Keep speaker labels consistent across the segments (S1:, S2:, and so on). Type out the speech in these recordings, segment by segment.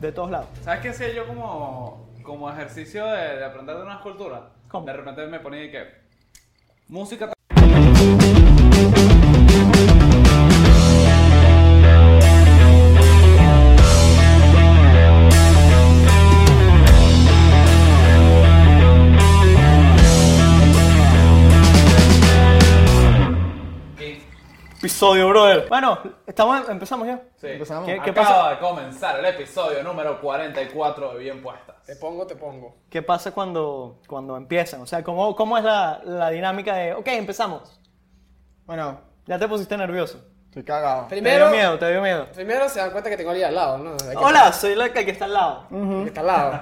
S1: de todos lados.
S2: ¿Sabes qué hacía yo como, como ejercicio de, de aprender de una culturas?
S1: ¿Cómo?
S2: De repente me ponía y que. Música. Y-
S1: Episodio, brother. Bueno, estamos, empezamos ya.
S2: Sí.
S3: Empezamos.
S1: ¿Qué, qué
S2: Acaba
S1: pasa,
S2: de comenzar el episodio número 44 de Bien Puestas.
S3: Te pongo, te pongo.
S1: qué pasa cuando, cuando empiezan? O sea, ¿cómo, cómo es la, la dinámica de, ok, empezamos?
S3: Bueno,
S1: Ya te pusiste nervioso.
S3: estoy cagado.
S1: Te
S4: Primero,
S1: dio miedo, te dio miedo.
S4: primero se dan cuenta que tengo a alguien al lado, ¿no? Hay que-
S1: Hola, soy la que está al lado.
S4: que está al lado.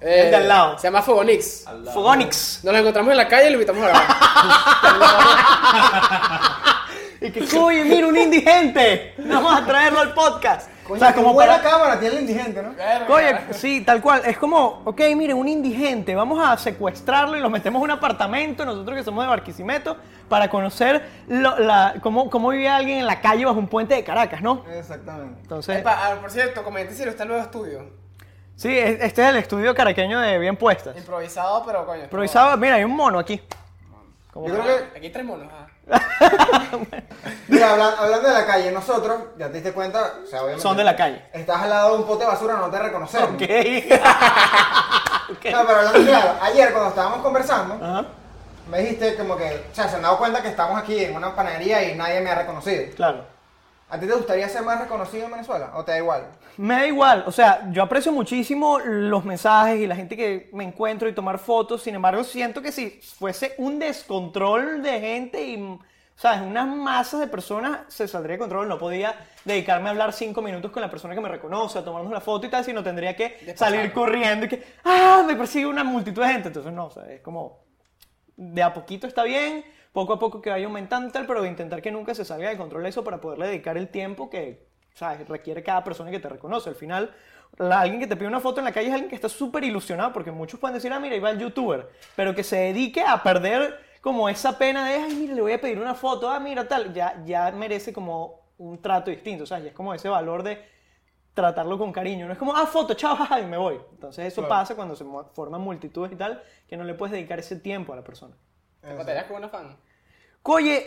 S4: Eh,
S1: El de al lado.
S4: Se llama Fogonix.
S3: Mm.
S2: Al lado.
S1: Fogonix.
S4: Nos lo encontramos en la calle y lo invitamos a grabar.
S1: Y que, uy, mira, un indigente. Vamos a traerlo al podcast.
S3: Coño, qué buena cámara tiene el indigente, ¿no?
S1: Oye, sí, tal cual. Es como, ok, mire, un indigente, vamos a secuestrarlo y lo metemos en un apartamento, nosotros que somos de Barquisimeto, para conocer lo- la- cómo, cómo vivía alguien en la calle bajo un puente de Caracas, ¿no?
S3: Exactamente.
S1: Entonces,
S4: Epa, ah, por cierto, comenté si lo está el nuevo estudio.
S1: sí, es- este es el estudio caraqueño de Bien Puestas.
S4: Improvisado, pero coño.
S1: Improvisado, mira, hay un mono aquí. Como-
S3: Yo creo que,
S4: Aquí hay tres monos, ah.
S3: mira, habla- hablando de la calle, nosotros, ya te diste cuenta, o sea, obviamente.
S1: Son de la calle.
S3: Estás al lado de un pote de basura, no te reconocemos.
S1: Ok.
S3: No, pero hablando claro, ayer cuando estábamos conversando,
S1: Ajá,
S3: me dijiste como que, o sea, se han dado cuenta que estamos aquí en una panadería y nadie me ha reconocido.
S1: claro.
S3: ¿A ti te gustaría ser más reconocido en Venezuela? ¿O te da igual?
S1: Me da igual, o sea, yo aprecio muchísimo los mensajes y la gente que me encuentro y tomar fotos, sin embargo, siento que si fuese un descontrol de gente y, sabes, unas masas de personas, se saldría de control, no podía dedicarme a hablar cinco minutos con la persona que me reconoce, a tomarnos la foto y tal, sino tendría que salir corriendo y que, ah, me persigue una multitud de gente, entonces no, o sea, es como, de a poquito está bien, poco a poco que vaya aumentando y tal, pero intentar que nunca se salga de control eso para poderle dedicar el tiempo que, ¿sabes? Requiere cada persona que te reconoce. Al final, la- alguien que te pide una foto en la calle es alguien que está súper ilusionado, porque muchos pueden decir, ah, mira, ahí va el youtuber, pero que se dedique a perder como esa pena de, ay, mira, le voy a pedir una foto, ah, mira, tal, ya, ya merece como un trato distinto, ¿sabes? Y es como ese valor de tratarlo con cariño. No es como, ah, foto, chao, jaja, y me voy. Entonces eso pasa cuando se mo- forman multitudes y tal, que no le puedes dedicar ese tiempo a la persona.
S4: ¿Te patarías con una fan?
S1: Oye,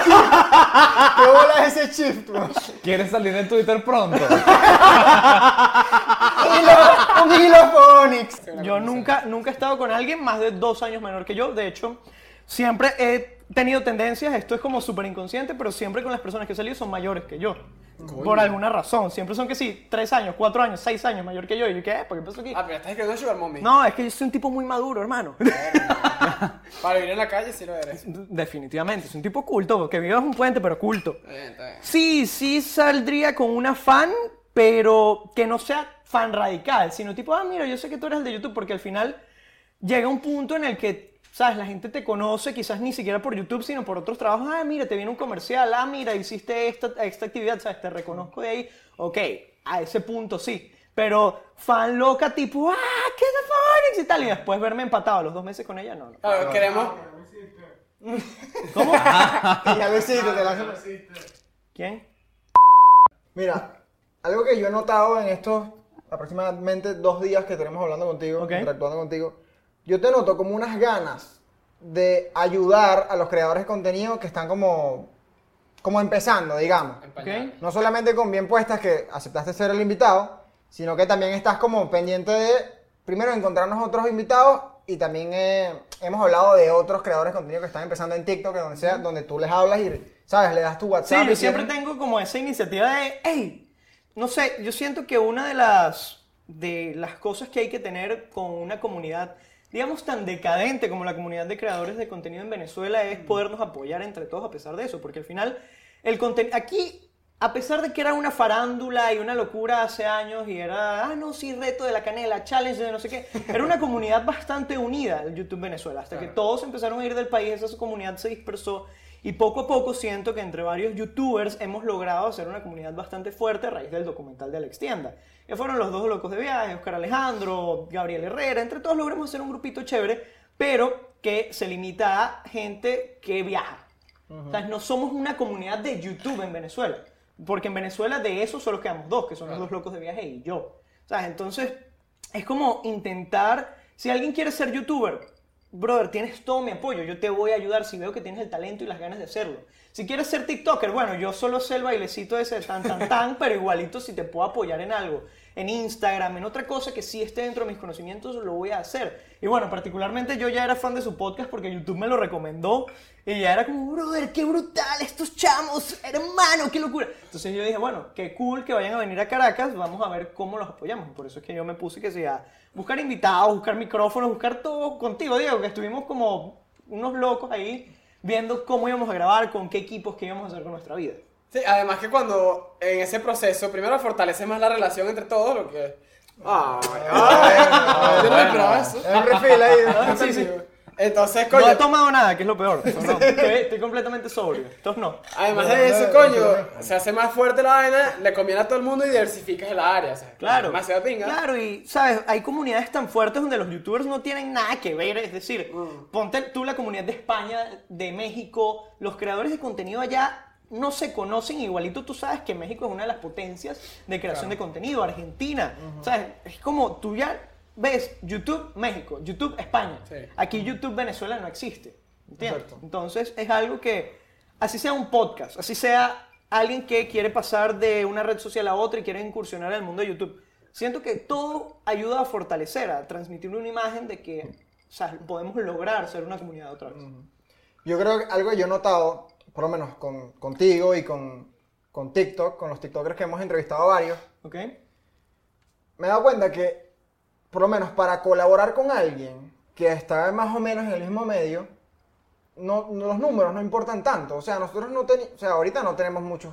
S3: ¿Qué bola es ese shift, bro?
S2: ¿Quieres salir en Twitter pronto?
S3: Hilo- un hilo phonics.
S1: yo nunca, nunca he estado con alguien más de dos años menor que yo. De hecho, siempre he tenido tendencias, esto es como súper inconsciente, pero siempre con las personas que he salido son mayores que yo. Por alguna razón. Siempre son que sí, tres años, cuatro años, seis años mayor que yo. ¿Y yo qué? ¿Por qué empezó aquí?
S4: Ah, pero estás escribiendo Sugar Mommy.
S1: No, es que yo soy un tipo muy maduro, hermano.
S4: Para vivir en la calle sí lo eres.
S1: Definitivamente, es un tipo culto, porque vive bajo un puente, pero culto.
S4: Está bien, está bien.
S1: Sí, sí saldría con una fan, pero que no sea fan radical, sino tipo, ah, mira, yo sé que tú eres el de YouTube, porque al final llega un punto en el que, sabes, la gente te conoce, quizás ni siquiera por YouTube, sino por otros trabajos, ah, mira, te viene un comercial, ah, mira, hiciste esta, esta actividad, sabes, te reconozco de ahí, ok, a ese punto sí, pero fan loca tipo, ah, qué es Phonics y tal, y después verme empatado a los dos meses con ella, no, no.
S4: Claro, queremos...
S3: Ya lo hiciste, te la
S1: ¿Quién?
S3: Mira, algo que yo he notado en estos aproximadamente dos días que tenemos hablando contigo,
S1: Ok.
S3: interactuando contigo, yo te noto como unas ganas de ayudar a los creadores de contenido que están como, como empezando, digamos.
S4: Empañar.
S3: No solamente con bien puestas que aceptaste ser el invitado, sino que también estás como pendiente de, primero, encontrarnos otros invitados y también eh, hemos hablado de otros creadores de contenido que están empezando en TikTok, que donde sea, donde tú les hablas y, ¿sabes? Le das tu
S1: Sí,
S3: WhatsApp.
S1: yo
S3: y
S1: siempre
S3: tienen-
S1: tengo como esa iniciativa de, hey, no sé, yo siento que una de las, de las cosas que hay que tener con una comunidad, digamos, tan decadente como la comunidad de creadores de contenido en Venezuela
S3: Mm.
S1: es podernos apoyar entre todos a pesar de eso, porque al final, el contenido, aquí, a pesar de que era una farándula y una locura hace años y era, ah, no, sí, reto de la canela, challenge de no sé qué, era una comunidad bastante unida, el YouTube Venezuela, hasta que todos empezaron a ir del país, esa comunidad se dispersó. Y poco a poco siento que entre varios youtubers hemos logrado hacer una comunidad bastante fuerte a raíz del documental de Alex Tienda. Que fueron los dos locos de viaje, Oscar Alejandro, Gabriel Herrera, entre todos logramos hacer un grupito chévere, pero que se limita a gente que viaja. O sea, no somos una comunidad de YouTube en Venezuela. Porque en Venezuela de esos solo quedamos dos, que son los dos locos de viaje y yo. O sea, entonces es como intentar, si alguien quiere ser youtuber, brother, tienes todo mi apoyo, yo te voy a ayudar si veo que tienes el talento y las ganas de hacerlo. Si quieres ser TikToker, bueno, yo solo sé el bailecito ese de tan tan tan, pero igualito si te puedo apoyar en algo, en Instagram, en otra cosa que sí esté dentro de mis conocimientos, lo voy a hacer. Y bueno, particularmente yo ya era fan de su podcast porque YouTube me lo recomendó y ya era como, brother, qué brutal, estos chamos, hermano, qué locura. Entonces yo dije, bueno, qué cool que vayan a venir a Caracas, vamos a ver cómo los apoyamos. Por eso es que yo me puse que sea buscar invitados, buscar micrófonos, buscar todo contigo, Diego, que estuvimos como unos locos ahí viendo cómo íbamos a grabar, con qué equipos, qué íbamos a hacer con nuestra vida.
S4: Sí, además que cuando en ese proceso, primero fortalece más la relación entre todos, lo que... Ay,
S3: Ah,
S4: ay, yo no me esperaba eso.
S3: Es un refill ahí.
S1: Sí, sí.
S4: Entonces,
S1: No
S4: coño,
S1: he tomado nada, que es lo peor. Eso no. Estoy, estoy completamente sobrio. Entonces no.
S4: además de eso, coño, se hace más fuerte la vaina, le conviene a todo el mundo y diversificas el área, o sea,
S1: Claro.
S4: demasiado pinga.
S1: Claro, y sabes, hay comunidades tan fuertes donde los youtubers no tienen nada que ver. Es decir,
S4: Mm.
S1: ponte tú la comunidad de España, de México, los creadores de contenido allá no se conocen igualito. Tú sabes que México es una de las potencias de creación de contenido. Argentina, ¿sabes? Es como tú ya ves YouTube México, YouTube España.
S4: Sí.
S1: Aquí YouTube Venezuela no existe. ¿Entiendes?
S3: Exacto.
S1: Entonces es algo que, así sea un podcast, así sea alguien que quiere pasar de una red social a otra y quiere incursionar en el mundo de YouTube, siento que todo ayuda a fortalecer, a transmitir una imagen de que o sea, podemos lograr ser una comunidad otra vez.
S3: Yo creo que algo que yo he notado, por lo menos con, contigo y con, con TikTok, con los TikTokers que hemos entrevistado varios,
S1: ¿Ok?
S3: me he dado cuenta que, por lo menos para colaborar con alguien que está más o menos en el mismo medio, no, no- los números no importan tanto. O sea, nosotros no tenemos, o sea, ahorita no tenemos muchos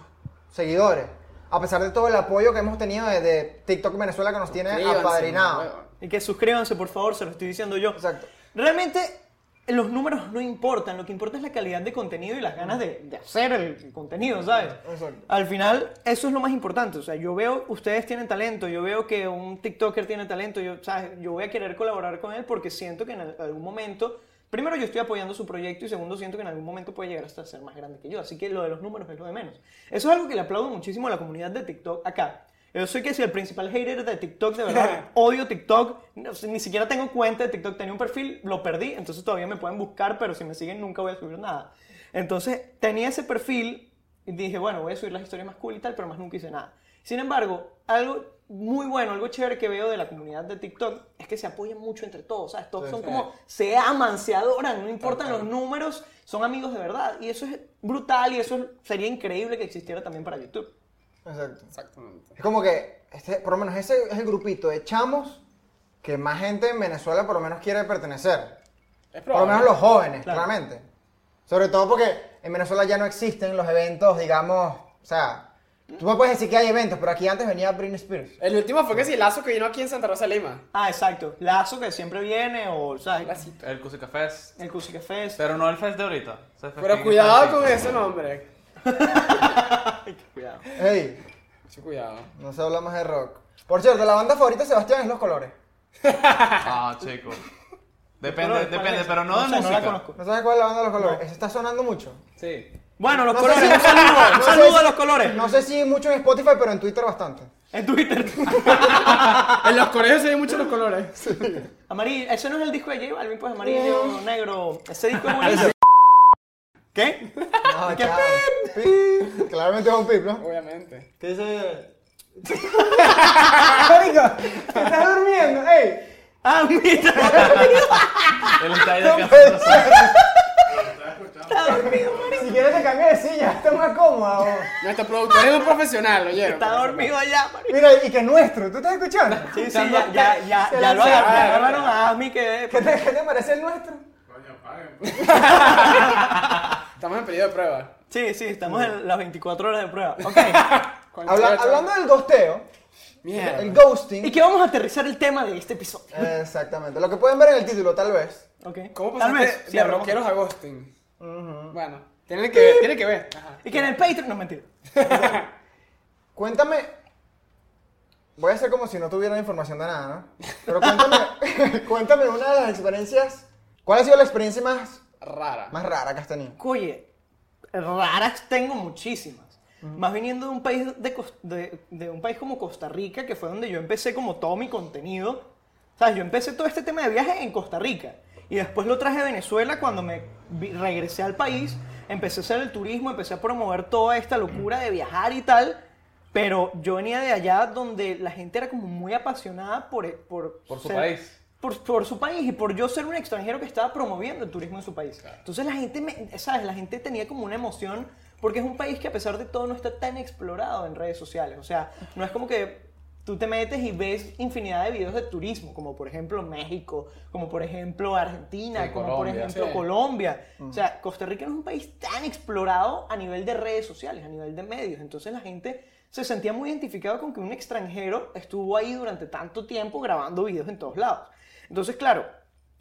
S3: seguidores. A pesar de todo el apoyo que hemos tenido desde TikTok Venezuela que nos tiene
S1: eh,
S4: Suscríbanse,
S3: apadrinados.
S4: huevón.
S1: Y que suscríbanse, por favor, se lo estoy diciendo yo.
S3: Exacto.
S1: Realmente los números no importan, lo que importa es la calidad de contenido y las ganas de, de hacer el contenido, ¿sabes?
S3: Exacto.
S1: Al final, eso es lo más importante. O sea, yo veo, ustedes tienen talento, yo veo que un TikToker tiene talento, yo, ¿sabes? yo voy a querer colaborar con él porque siento que en al- algún momento, primero yo estoy apoyando su proyecto y segundo siento que en algún momento puede llegar hasta ser más grande que yo. Así que lo de los números es lo de menos. Eso es algo que le aplaudo muchísimo a la comunidad de TikTok acá. Yo soy que si el principal hater de TikTok, de verdad, odio TikTok, no sé, ni siquiera tengo cuenta de TikTok, tenía un perfil, lo perdí, entonces todavía me pueden buscar, pero si me siguen nunca voy a subir nada. Entonces tenía ese perfil y dije, bueno, voy a subir las historias más cool y tal, pero más nunca hice nada. Sin embargo, algo muy bueno, algo chévere que veo de la comunidad de TikTok es que se apoyan mucho entre todos, ¿sabes? Todos son como, se aman, se adoran, no importan los números, son amigos de verdad. Y eso es brutal y eso es- sería increíble que existiera también para YouTube.
S3: Exacto.
S4: Exactamente.
S3: Es como que, este, por lo menos ese es el grupito de chamos que más gente en Venezuela por lo menos quiere pertenecer.
S4: Es
S3: Por lo
S4: probable.
S3: menos los jóvenes,
S1: Claro.
S3: claramente. Sobre todo porque en Venezuela ya no existen los eventos, digamos, o sea, tú me puedes decir que hay eventos, pero aquí antes venía Britney Spears.
S4: El último fue que sí, Lazo que vino aquí en Santa Rosa de Lima.
S1: Ah, exacto. Lazo que siempre viene o, ¿sabes?
S4: Lacito.
S2: El Cusica Fest.
S1: El Cusica Fest.
S2: Pero no el Fest de ahorita. ese festín
S4: Pero
S2: que
S4: cuidado
S2: está
S4: con
S2: ahorita.
S4: ese nombre.
S1: Ay, qué cuidado.
S3: Ey,
S4: Mucho cuidado.
S3: no se habla más de rock. Por cierto, la banda favorita de Sebastián es Los Colores.
S2: Ah, chico. Depende,
S1: ¿Cuál es
S2: depende,
S1: esa?
S2: pero no de
S1: sé,
S2: música.
S1: No la conozco.
S3: ¿No sabes cuál es la banda de Los Colores? Esa está sonando mucho.
S2: Sí.
S1: Bueno, los
S3: No sé
S1: colores,
S3: si-
S1: un saludo, un
S3: no sé
S1: saludo
S3: si-
S1: a los colores.
S3: No sé si mucho en Spotify, pero en Twitter bastante.
S1: En Twitter.
S4: En los colegios se ven muchos los colores.
S1: Amarillo, ese no es el disco de J Balvin, pues amarillo, negro. Ese disco es buenísimo. ¿Qué?
S3: No,
S1: ¿Qué?
S3: chao. Pi. Claramente es un pip, ¿no?
S4: Obviamente.
S3: ¿Qué dice? Marico, te estás durmiendo, ey.
S1: Ah, mira.
S2: Él está ahí de
S3: No
S2: casa.
S3: puede ser. Si quieres te cambias de silla, está más cómodo.
S4: Nuestro productor es un profesional, oyeron.
S1: Está dormido allá, amarillo.
S3: Mira, y que es nuestro, ¿tú estás escuchando?
S1: Sí, sí, ya, ya, ya, ya lo agarraron, ya agarraron a Ami que...
S3: ¿Qué te, qué te parece el nuestro?
S4: Estamos en periodo de prueba.
S1: Sí, sí, estamos en las 24 horas de prueba. Ok.
S4: Con
S3: Habla-
S4: chacho.
S3: hablando del ghosteo,
S4: Mierda.
S3: el
S1: ¿Y
S3: ghosting.
S1: qué vamos a aterrizar el tema de este episodio?
S3: Exactamente, lo que pueden ver en el título, tal vez.
S1: Ok.
S4: ¿Cómo
S1: Tal
S4: pasaste
S1: vez. sí,
S4: de
S1: hablamos.
S4: rockeros a ghosting? Bueno, tiene que ver, tiene que ver. Ajá.
S1: Y que en el Patreon... No, mentira.
S3: Cuéntame. Voy a hacer como si no tuviera información de nada, ¿no? Pero cuéntame, cuéntame una de las experiencias. ¿Cuál ha sido la experiencia más,
S4: Rara.
S3: más rara que has tenido?
S1: Oye, raras tengo muchísimas. Más viniendo de un, país de, cos- de- de un país como Costa Rica, que fue donde yo empecé como todo mi contenido. ¿Sabes? Yo empecé todo este tema de viaje en Costa Rica. Y después lo traje a Venezuela cuando me vi- regresé al país. Empecé a hacer el turismo, empecé a promover toda esta locura de viajar y tal. Pero yo venía de allá donde la gente era como muy apasionada por... e, Por,
S2: Por su país.
S1: Por, por su país y por yo ser un extranjero que estaba promoviendo el turismo en su país. Entonces la gente, me- ¿sabes? La gente tenía como una emoción porque es un país que a pesar de todo no está tan explorado en redes sociales. O sea, no es como que tú te metes y ves infinidad de videos de turismo, como por ejemplo México, como por ejemplo Argentina,
S2: Sí,
S1: como por
S2: Colombia.
S1: ejemplo
S4: Sí.
S1: Colombia. O sea, Costa Rica no es un país tan explorado a nivel de redes sociales, a nivel de medios. Entonces la gente se sentía muy identificada con que un extranjero estuvo ahí durante tanto tiempo grabando videos en todos lados. Entonces, claro,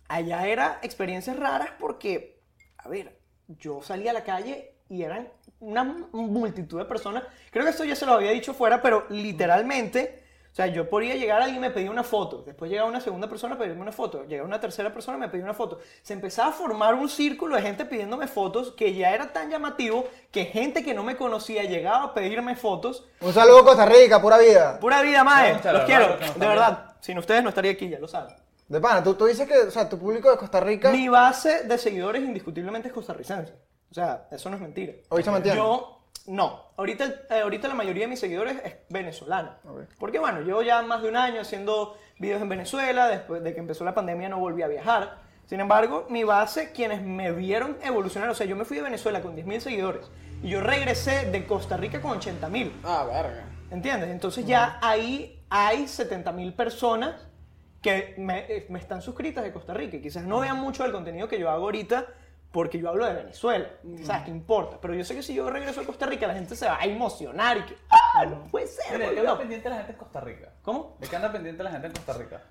S1: allá era experiencias raras porque, a ver, yo salí a la calle y eran una multitud de personas. Creo que esto ya se lo había dicho fuera, pero literalmente... O sea, yo podía llegar, alguien me pedía una foto, después llegaba una segunda persona a pedirme una foto, llegaba una tercera persona me pedía una foto. Se empezaba a formar un círculo de gente pidiéndome fotos que ya era tan llamativo que gente que no me conocía llegaba a pedirme fotos.
S3: Un saludo Costa Rica, pura vida.
S1: Pura vida, mae,
S2: Vamos a
S1: los
S2: la
S1: quiero,
S2: verdad, que nos
S1: de
S2: está
S1: verdad. Sin ustedes no estaría aquí, ya lo saben.
S3: De pana, tú, tú dices que, o sea, tu público de Costa Rica.
S1: Mi base de seguidores indiscutiblemente es costarricense. O sea, eso no es mentira.
S3: Hoy se mantiene.
S1: Yo, no. Ahorita, el- eh, ahorita la mayoría de mis seguidores es venezolana.
S3: Ok.
S1: Porque bueno, llevo ya más de un año haciendo videos en Venezuela. Después de que empezó la pandemia no volví a viajar. Sin embargo, mi base, quienes me vieron evolucionar, o sea, yo me fui de Venezuela con 10.000 seguidores y yo regresé de Costa Rica con 80.000.
S4: Ah, verga.
S1: ¿Entiendes? Entonces ya ahí hay 70.000 personas que me, eh, me están suscritas de Costa Rica y quizás no vean mucho del contenido que yo hago ahorita porque yo hablo de Venezuela. ¿Sabes qué importa? Pero yo sé que si yo regreso a Costa Rica la gente se va a emocionar y que ¡Ah! No puede ser.
S2: Mira, ¿de qué
S1: boludo!
S2: anda pendiente la gente en Costa Rica?
S1: ¿Cómo?
S2: ¿De qué anda pendiente la gente en Costa Rica?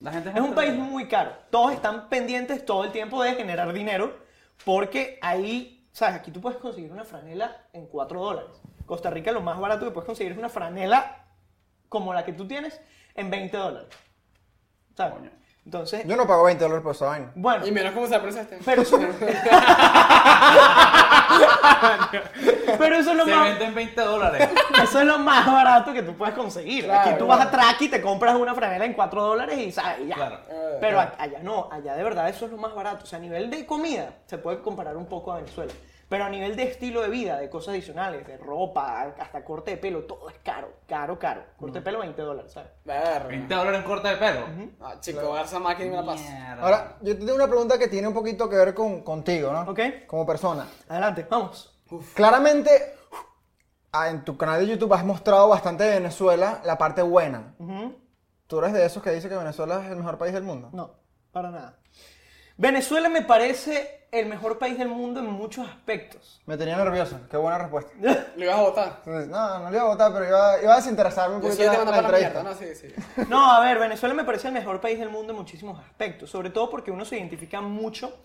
S2: La gente
S1: Es un país muy caro. Todos están pendientes todo el tiempo de generar dinero porque ahí, ¿sabes? Aquí tú puedes conseguir una franela en 4 dólares. Costa Rica lo más barato que puedes conseguir es una franela como la que tú tienes en 20 dólares. ¿Sabes?
S2: Coño.
S1: Entonces,
S3: Yo no pago 20 dólares por esa vaina.
S1: bueno,
S4: Y menos cómo se aprecia este.
S1: pero eso, pero eso es lo
S2: Se
S1: más...
S2: venden 20 dólares.
S1: Eso es lo más barato que tú puedes conseguir.
S4: Claro,
S1: Aquí tú
S4: claro.
S1: vas a Traki y te compras una franela en 4 dólares y sabes, y ya.
S2: Claro.
S4: Eh,
S1: Pero a- allá no, allá de verdad eso es lo más barato. O sea, a nivel de comida se puede comparar un poco a Venezuela. Pero a nivel de estilo de vida, de cosas adicionales, de ropa, hasta corte de pelo, todo es caro, caro, caro. Corte de
S4: Mm.
S1: pelo 20 dólares, ¿sabes?
S4: Verga.
S2: 20 dólares en corte de pelo.
S4: Ah, chico, esa máquina me la pasa.
S2: Mierda.
S3: Ahora, yo te tengo una pregunta que tiene un poquito que ver con, contigo, ¿no?
S1: Ok.
S3: Como persona.
S1: Adelante, vamos.
S3: Claramente, ah, en tu canal de YouTube has mostrado bastante de Venezuela, la parte buena.
S1: Ujú.
S3: ¿Tú eres de esos que dice que Venezuela es el mejor país del mundo?
S1: No, para nada. Venezuela me parece el mejor país del mundo en muchos aspectos.
S3: Me tenía nervioso. Qué buena respuesta.
S4: Lo ibas a votar.
S3: Entonces, No, no le iba a votar, pero iba, iba a desinteresarme un
S4: Yo sí
S3: poquito
S4: te
S3: la-
S4: mando
S3: la
S4: para la
S3: entrevista.
S4: mierda. No, sí, sí.
S1: No, a ver, Venezuela me parece el mejor país del mundo en muchísimos aspectos, sobre todo porque uno se identifica mucho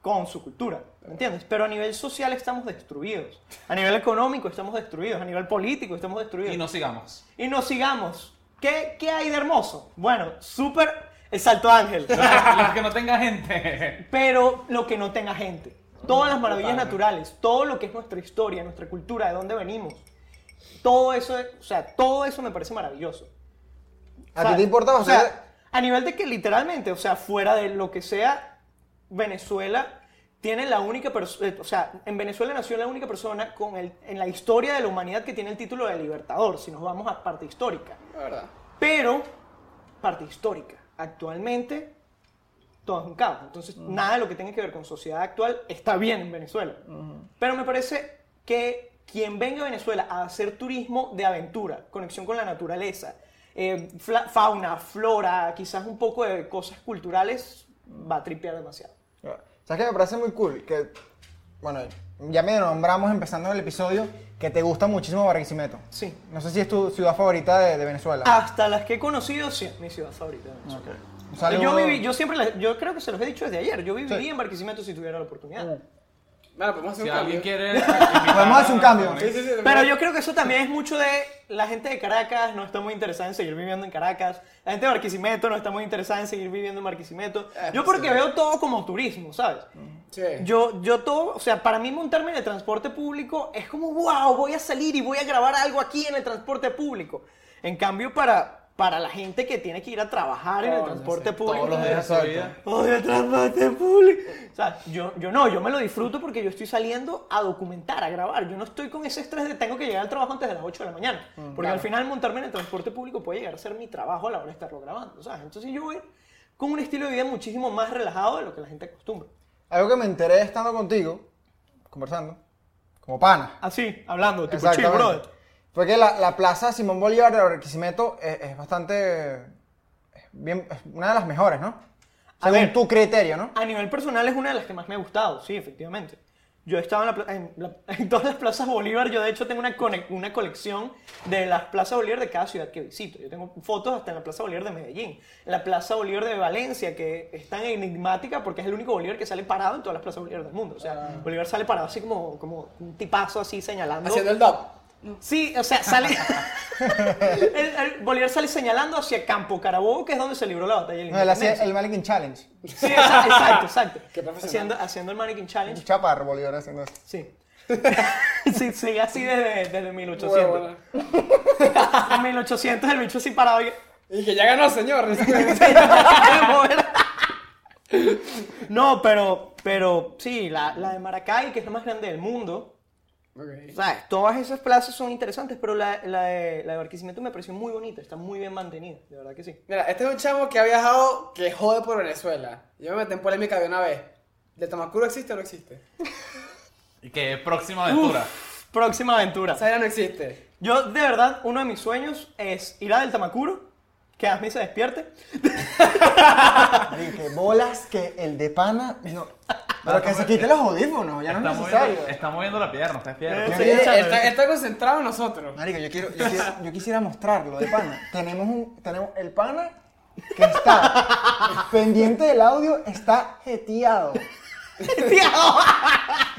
S1: con su cultura, ¿me entiendes? Pero a nivel social estamos destruidos, a nivel económico estamos destruidos, a nivel político estamos destruidos.
S2: Y no sigamos.
S1: Y nos sigamos. ¿Qué, qué hay de hermoso? Bueno, súper el Salto Ángel,
S2: Los que no tenga gente.
S1: pero lo que no tenga gente. Todas las maravillas naturales, todo lo que es nuestra historia, nuestra cultura, de dónde venimos. Todo eso, es- o sea, todo eso me parece maravilloso.
S3: ¿A
S1: O sea,
S3: ti te importa?
S1: O sea, a nivel de que literalmente, o sea, fuera de lo que sea, Venezuela tiene la única persona, o sea, en Venezuela nació la única persona con el, en la historia de la humanidad que tiene el título de libertador, si nos vamos a parte histórica.
S4: La verdad.
S1: Pero, parte histórica, actualmente todo es un caos. Entonces, nada de lo que tenga que ver con sociedad actual está bien en Venezuela. Pero me parece que quien venga a Venezuela a hacer turismo de aventura, conexión con la naturaleza, eh, fla- fauna, flora, quizás un poco de cosas culturales, va a tripear demasiado.
S3: ¿Sabes qué me parece muy cool? Que, bueno, ya me nombramos empezando el episodio que te gusta muchísimo Barquisimeto.
S1: Sí. Ah.
S3: No sé si es tu ciudad favorita de, de Venezuela.
S1: Hasta las que he conocido, sí, es mi ciudad favorita. de Venezuela.
S3: Un saludo.
S1: Yo, viví- yo siempre, les- yo creo que se los he dicho desde ayer, yo viviría
S3: Sí.
S1: en Barquisimeto si tuviera la oportunidad.
S4: Bueno, podemos hacer
S2: Si
S4: un cambio.
S2: alguien quiere.
S3: Podemos hacer un cambio.
S4: Sí, sí, sí.
S1: Pero yo creo que eso también es mucho de la gente de Caracas, no está muy interesada en seguir viviendo en Caracas. La gente de Barquisimeto no está muy interesada en seguir viviendo en Barquisimeto.
S4: Eh,
S1: Yo
S4: pues,
S1: porque
S4: sí.
S1: veo todo como turismo, ¿sabes?
S4: Sí.
S1: Yo, yo todo, o sea, para mí montarme en el transporte público es como, wow, voy a salir y voy a grabar algo aquí en el transporte público. En cambio, para, para la gente que tiene que ir a trabajar en el
S4: Coño,
S1: transporte
S4: sí,
S1: público.
S2: Todos los días de su vida.
S1: Odio el transporte público. O sea, yo, yo no, yo me lo disfruto porque yo estoy saliendo a documentar, a grabar. Yo no estoy con ese estrés de tengo que llegar al trabajo antes de las 8 de la mañana. porque al final montarme en el transporte público puede llegar a ser mi trabajo a la hora de estarlo grabando. ¿sabes? Entonces yo voy con un estilo de vida muchísimo más relajado de lo que la gente acostumbra.
S3: Algo que me enteré estando contigo, conversando, como pana.
S1: Así, hablando, Ah, tipo chill,
S3: Exactamente.
S1: brother.
S3: Fue que la, la plaza Simón Bolívar de Barquisimeto es, es bastante. es bien, es una de las mejores, ¿no?
S1: A
S3: Según
S1: ver. Ah,
S3: tu criterio, ¿no?
S1: A nivel personal es una de las que más me ha gustado, sí, efectivamente. Yo he estado en, la pla- en la- en todas las plazas Bolívar, yo de hecho tengo una, cone- una colección de las plazas Bolívar de cada ciudad que visito. Yo tengo fotos hasta en la Plaza Bolívar de Medellín, en la Plaza Bolívar de Valencia, que es tan enigmática porque es el único Bolívar que sale parado en todas las plazas Bolívar del mundo. O sea, Bolívar sale parado así como, como un tipazo así señalando.
S4: Haciendo el dub.
S1: Sí, o sea, sale. el, el Bolívar sale señalando hacia Campo Carabobo, que es donde se libró la batalla. de la
S3: No, él hacía
S1: Independencia.
S3: el Mannequin Challenge.
S1: Sí, exa- exacto, exacto.
S4: Qué profesional.
S1: Haciendo, haciendo el Mannequin Challenge.
S3: Chaparro Bolívar haciendo eso.
S1: Sí. sí, sí, así desde, desde 1800.
S4: Huevona.
S1: En 1800 el bicho así parado y...
S4: Y que ya ganó, señor.
S1: No, pero, pero sí, la, la de Maracay, que es la más grande del mundo.
S4: Ok.
S1: ¿Sabes? Todas esas plazas son interesantes, pero la, la, de, la de Barquisimeto me pareció muy bonita, está muy bien mantenida, de verdad que sí.
S4: Mira, este es un chamo que ha viajado que jode por Venezuela. Yo me metí en polémica de una vez. ¿De Tamacuro existe o no existe?
S2: Y que próxima aventura.
S1: Próxima aventura.
S4: Esa idea no existe.
S1: Yo, de verdad, uno de mis sueños es ir a Del Tamacuro, que Asmi se despierte.
S3: Dije, bolas que el de pana. No. Pero que se quite los audífonos, ya no
S2: está,
S3: es necesario.
S2: moviendo, está moviendo la pierna, está
S1: Eh,
S2: despierto.
S1: Sí,
S4: Él está,
S1: échale.
S4: él está concentrado en nosotros.
S3: Marico, yo quiero, yo, quiero- yo quisiera mostrarlo de pana. Tenemos un, tenemos el pana que está pendiente del audio, está jeteado.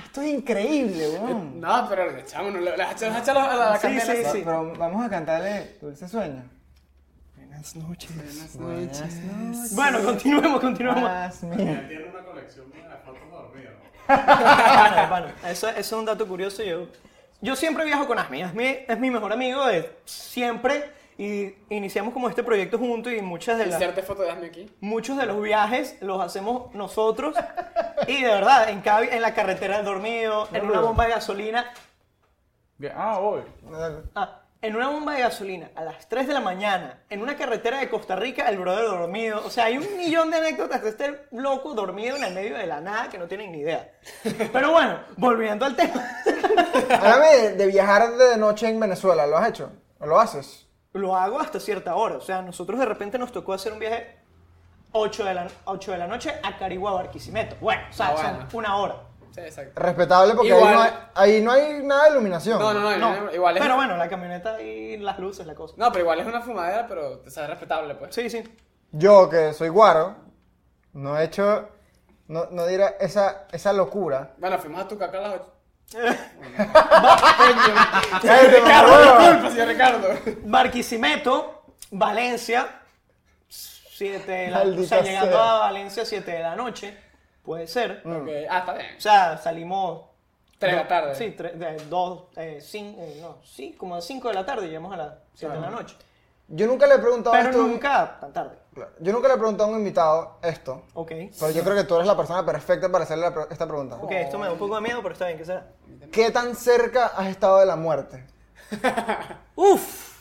S3: Esto es increíble, weón.
S4: Eh, No, pero el chamo no le le has echado le has echado a la, a la
S1: Sí,
S4: candela.
S1: sí,
S3: Va-
S1: sí.
S3: Pero vamos a cantarle Dulce Sueño.
S1: Buenas noches.
S3: Buenas noches.
S1: Bueno, continuemos, continuemos.
S3: mía.
S5: Tiene una colección de las fotos dormidas.
S1: Bueno, eso, eso es un dato curioso. Yo, yo siempre viajo con Asmi. Asmi es mi mejor amigo de siempre. Y iniciamos como este proyecto juntos y muchas de las,
S4: Inserte foto de Asmi aquí.
S1: muchos de los viajes los hacemos nosotros. Y de verdad, en, cada vi- en la carretera del dormido, en una bomba de gasolina.
S2: Ah, voy.
S1: ah, en una bomba de gasolina a las 3 de la mañana, en una carretera de Costa Rica, el brother dormido. O sea, hay un millón de anécdotas de este loco dormido en el medio de la nada que no tienen ni idea. Pero bueno, volviendo al tema.
S3: Háblame de, de viajar de noche en Venezuela. ¿Lo has hecho? ¿O lo haces?
S1: lo hago hasta cierta hora. O sea, nosotros de repente nos tocó hacer un viaje 8 de la, 8 de la noche a Carigua, Barquisimeto. Bueno, o sea,
S4: Ah,
S1: son
S4: bueno.
S1: una hora.
S4: Sí, exacto.
S3: Respetable porque ahí
S4: Igual.
S3: no, hay, ahí no hay nada de iluminación.
S4: No, no, no,
S1: No,
S4: igual es.
S1: Pero bueno, la camioneta y las luces, la cosa.
S4: No, pero igual es una fumadera, pero o sea, es respetable, pues.
S1: Sí, sí.
S3: Yo, que soy guaro, no he hecho... No, no dirá esa, esa locura.
S4: Bueno, fuimos a tu caca a las 8.
S3: ¡Ey, te mamahuevo!
S4: Disculpa, señor Ricardo.
S1: Barquisimeto, Valencia, 7 de la noche. O sea,
S3: Maldita
S1: llegando
S3: sea. Mm.
S1: a Valencia, 7 de la noche. Puede ser.
S4: Ok, Ah, está bien.
S1: O sea, salimos.
S4: Tres de
S1: do-
S4: la tarde.
S1: Sí, tres- de- dos, eh, cin- eh, no, sí, como a 5 de la tarde y llegamos a las 7 de la noche.
S3: Yo nunca le he preguntado
S1: Pero
S3: esto.
S1: nunca tan tarde.
S3: Claro, Yo nunca le he preguntado a un invitado esto.
S1: Ok.
S3: Pero yo creo que tú eres la persona perfecta para hacerle la pre- esta pregunta.
S1: Ok, esto me da un poco de miedo, pero está bien, ¿qué será?
S3: ¿Qué tan cerca has estado de la muerte?
S1: Uf,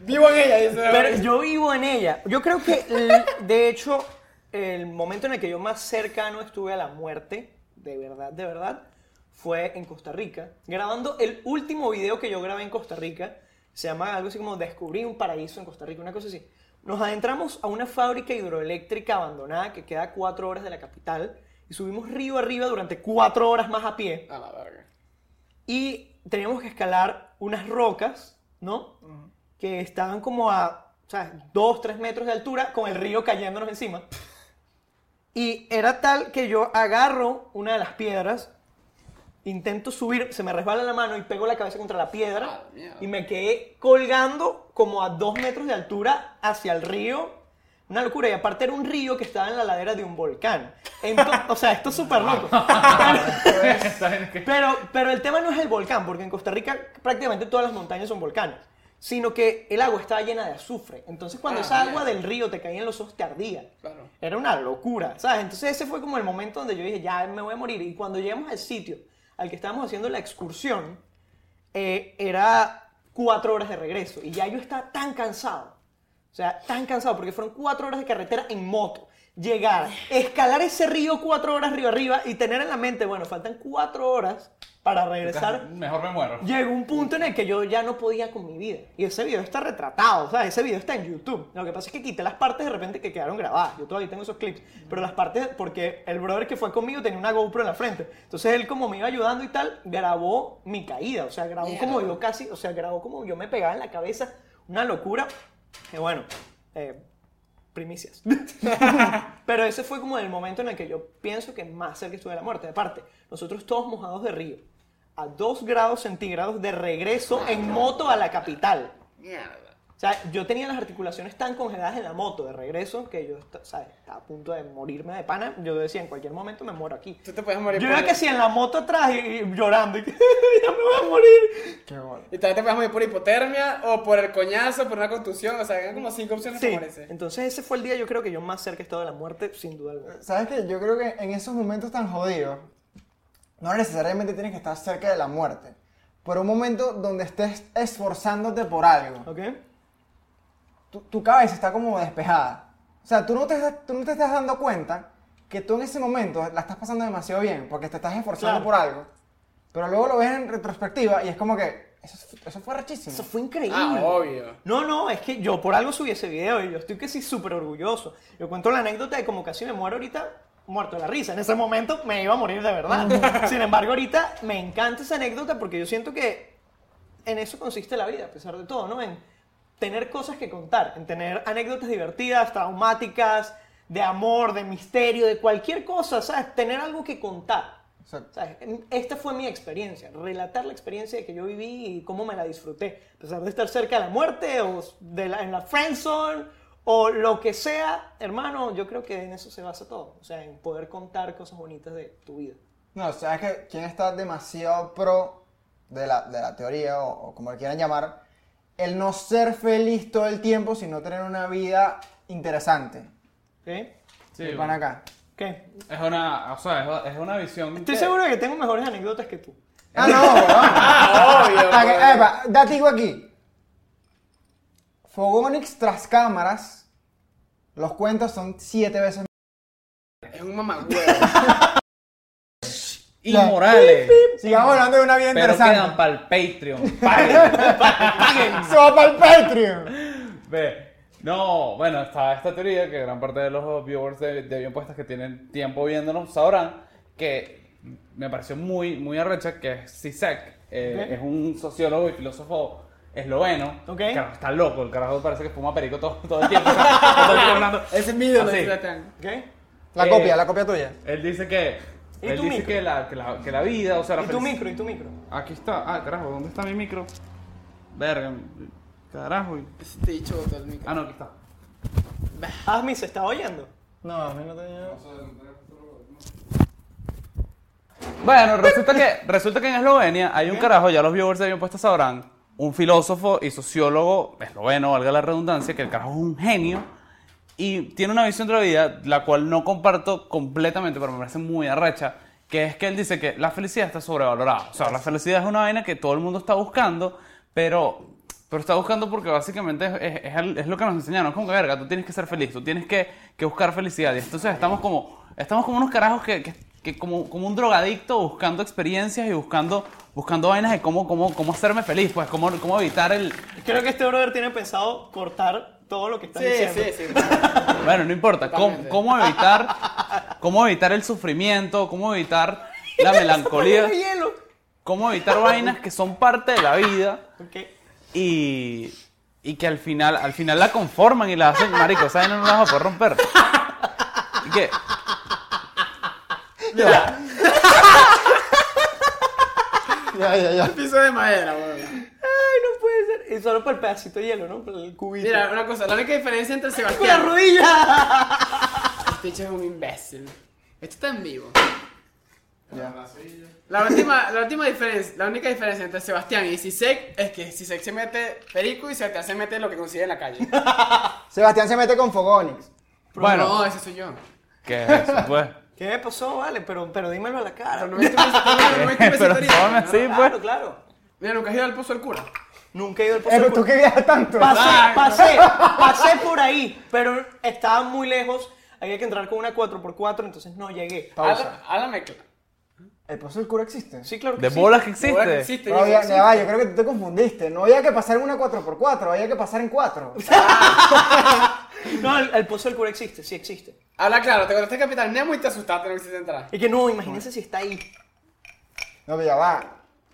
S4: Vivo en ella, dice.
S1: pero yo vivo en ella. Yo creo que, el- de hecho, el momento en el que yo más cercano estuve a la muerte, de verdad, de verdad, fue en Costa Rica, grabando el último video que yo grabé en Costa Rica. Se llama algo así como Descubrí un paraíso en Costa Rica, una cosa así. Nos adentramos a una fábrica hidroeléctrica abandonada que queda a cuatro horas de la capital y subimos río arriba durante cuatro horas más a pie.
S4: A Ah, la verga.
S1: y teníamos que escalar unas rocas, ¿no? Que estaban como a, o sea, dos, tres metros de altura con el río cayéndonos encima. Y era tal que yo agarro una de las piedras, intento subir, se me resbala la mano y pego la cabeza contra la piedra.
S4: Ah, mierda.
S1: y me quedé colgando como a dos metros de altura hacia el río. Una locura. Y aparte era un río que estaba en la ladera de un volcán. Ento- o sea, esto es súper loco.
S3: Pues,
S2: ¿Sabes qué?
S1: Pero, pero el tema no es el volcán, porque en Costa Rica prácticamente todas las montañas son volcanes, sino que el agua estaba llena de azufre. Entonces cuando
S4: Ah,
S1: esa agua
S4: mierda.
S1: del río te caía en los ojos te ardía.
S4: Claro.
S1: Era una locura, ¿sabes? Entonces ese fue como el momento donde yo dije, ya me voy a morir. Y cuando llegamos al sitio al que estábamos haciendo la excursión, eh, era cuatro horas de regreso. Y ya yo estaba tan cansado. O sea, tan cansado, porque fueron cuatro horas de carretera en moto. Llegar, escalar ese río cuatro horas río arriba y tener en la mente, bueno, faltan cuatro horas para regresar.
S2: Mejor me muero.
S1: Llegó un punto en el que yo ya no podía con mi vida. Y ese video está retratado, o sea, ese video está en YouTube. Lo que pasa es que quité las partes de repente que quedaron grabadas. Yo todavía tengo esos clips. Pero las partes, porque el brother que fue conmigo tenía una GoPro en la frente. Entonces él como me iba ayudando y tal, grabó mi caída. O sea, grabó
S4: Mierda.
S1: como yo casi, o sea, grabó como yo me pegaba en la cabeza. Una locura. Que bueno, eh, primicias. Pero ese fue como el momento en el que yo pienso que más cerca estuve de la muerte. Aparte, nosotros todos mojados de río, a 2 grados centígrados de regreso en moto a la capital.
S4: Mierda.
S1: O sea, yo tenía las articulaciones tan congeladas en la moto de regreso que yo esta- ¿sabes? estaba a punto de morirme de pana. Yo decía, en cualquier momento me muero aquí.
S4: Tú te puedes morir
S1: Yo
S4: por
S1: era que sí, en la moto atrás y, y llorando, y que, ya me voy a morir.
S3: Qué bueno.
S4: Y también te puedes morir por hipotermia o por el coñazo, por una contusión. O sea, hay como cinco opciones
S1: Sí,
S4: para morirse.
S1: entonces ese fue el día yo creo que yo más cerca he estado de la muerte, sin duda alguna.
S3: ¿Sabes qué? Yo creo que en esos momentos tan jodidos, no necesariamente tienes que estar cerca de la muerte. Por un momento donde estés esforzándote por algo,
S1: ¿Ok?
S3: tu, tu cabeza está como despejada. O sea, tú no, te, estás- tú no te estás dando cuenta que tú en ese momento la estás pasando demasiado bien porque te estás esforzando
S1: Claro.
S3: por algo. Pero luego lo ves en retrospectiva y es como que eso, eso fue rechísimo.
S1: Eso fue increíble.
S4: Ah, obvio.
S1: No, no, es que yo por algo subí ese video y yo estoy que sí súper orgulloso. Yo cuento la anécdota de como casi me muero ahorita muerto de la risa. En ese momento me iba a morir de verdad. Sin embargo, ahorita me encanta esa anécdota porque yo siento que en eso consiste la vida, a pesar de todo, ¿no? En tener cosas que contar, en tener anécdotas divertidas, traumáticas, de amor, de misterio, de cualquier cosa, ¿sabes? Tener algo que contar.
S3: Exacto.
S1: ¿Sabes? Esta fue mi experiencia, relatar la experiencia de que yo viví y cómo me la disfruté, a pesar de estar cerca de la muerte o de la, en la friendzone o lo que sea, hermano, yo creo que en eso se basa todo, o sea, en poder contar cosas bonitas de tu vida.
S3: No, sabes que quien está demasiado pro de la, de la teoría o, o como le quieran llamar, el no ser feliz todo el tiempo, sino tener una vida interesante.
S1: ¿Qué?
S2: Sí,
S3: El pan acá.
S1: ¿Qué?
S2: es una, o sea, es, es una visión.
S1: Estoy
S2: que-
S1: seguro de que tengo mejores anécdotas que tú.
S3: Ah, no, weón.
S4: Ah, obvio.
S3: Ah, que-
S4: pues.
S3: epa, datico aquí. Fogonix tras cámaras, los cuentos son siete veces
S4: Es un mamagüey.
S2: Inmorales.
S3: Sigamos hablando de una vida
S2: eh. Pero quedan
S3: interesante.
S2: para el Patreon. Paguen.
S3: Se va para el Patreon.
S2: Ve. No, bueno, está esta teoría que gran parte de los viewers de, de Bien Puestas que tienen tiempo viéndonos sabrán que me pareció muy, muy arrecha que es Zizek, eh,
S1: Ok.
S2: es un sociólogo y filósofo esloveno.
S1: Ok.
S2: El carajo está loco, el carajo parece que fuma perico todo, todo el tiempo. Todo el tiempo hablando.
S4: Ese es mi
S1: Ah,
S4: ídolo,
S2: Así.
S4: ese Zlatan.
S1: ¿Qué?
S3: La
S2: Eh,
S3: copia, la copia tuya.
S2: Él dice que,
S1: ¿Y
S2: él
S1: tu
S2: dice
S1: micro?
S2: que, la, que, la, que la vida, o sea, la
S1: ¿Y tu
S2: felicidad-
S1: micro? ¿Y tu micro?
S2: Aquí está. Ah, carajo, ¿dónde está mi micro? Verga, carajo. y-
S4: Ese te he Este dicho botó el micro.
S2: Ah, no, aquí está.
S1: Asmi, ¿se está oyendo?
S3: No, a mí no tenía.
S2: Bueno, resulta que, resulta que en Eslovenia hay un carajo, ya los viewers de bien puestos sabrán, un filósofo y sociólogo esloveno, valga la redundancia, que el carajo es un genio y tiene una visión de la vida, la cual no comparto completamente, pero me parece muy arrecha, que es que él dice que la felicidad está sobrevalorada. O sea, la felicidad es una vaina que todo el mundo está buscando, pero, pero está buscando porque básicamente es, es- es el- es lo que nos enseñaron. Es como que, verga, tú tienes que ser feliz, tú tienes que, que buscar felicidad. Y entonces estamos como, estamos como unos carajos que, que- que como, como un drogadicto buscando experiencias y buscando, buscando vainas de cómo, cómo, cómo hacerme feliz, pues cómo, cómo evitar el,
S1: Creo que este brother tiene pensado cortar todo lo que está
S4: Sí,
S1: diciendo.
S4: sí, sí.
S2: Bueno, no importa. ¿Cómo,
S4: Totalmente.
S2: cómo evitar, ¿Cómo evitar el sufrimiento? ¿Cómo evitar la melancolía?
S1: Ponle hielo.
S2: ¿Cómo evitar vainas que son parte de la vida
S1: Ok.
S2: y, y que al final, al final la conforman y la hacen, marico, esa vaina no la vas a poder romper? Y que,
S3: Ya, ya, ya.
S4: Piso de madera, weón.
S1: Ay, no puede ser. Y solo por el pedacito de hielo, ¿no? Por el cubito.
S4: Mira, una cosa, la única diferencia entre
S1: con la
S4: Sebastián.
S1: rodilla.
S4: Este bicho es un imbécil. Esto está en vivo.
S3: ya.
S4: La última, la última diferencia, la única diferencia entre Sebastián y Sisek es que Sisek se mete perico y Sebastián se mete lo que consigue en la calle.
S3: Sebastián se mete con Fogonix.
S2: Bueno,
S4: No, ese soy yo.
S2: ¿qué es eso, pues?
S1: ¿Qué pasó? Vale, pero, pero dímelo a la cara.
S4: Pero no me estoy pensando, no me estoy
S2: Pero
S4: pensando
S2: ponme
S4: ahorita.
S2: así, pues.
S1: Claro, claro.
S4: Mira, nunca has ido al pozo del cura.
S1: Nunca he ido al
S3: Eh, pero
S1: pozo.
S3: tú que viajas tanto.
S1: Pasé,
S4: Ay,
S1: pasé, pasé por ahí, pero estaba muy lejos. Había que entrar con una 4x4, entonces no llegué. Ah,
S3: Pausa.
S4: Háblame claro.
S3: Ah, ¿El pozo del cura existe?
S1: Sí, claro que
S2: ¿De
S1: sí.
S2: bolas que
S4: Ahora
S2: existe?
S4: que existe,
S3: No,
S4: yo
S3: ya, ya va, yo creo que tú te confundiste. No había que pasar en una 4x4, había que pasar en 4.
S1: No, el, el pozo del cura existe, sí existe.
S4: Habla claro, te contaste Capital Nemo y te asustaste, no quisiste entrar.
S1: Y que no, imagínense si está ahí.
S3: No, pero ya va.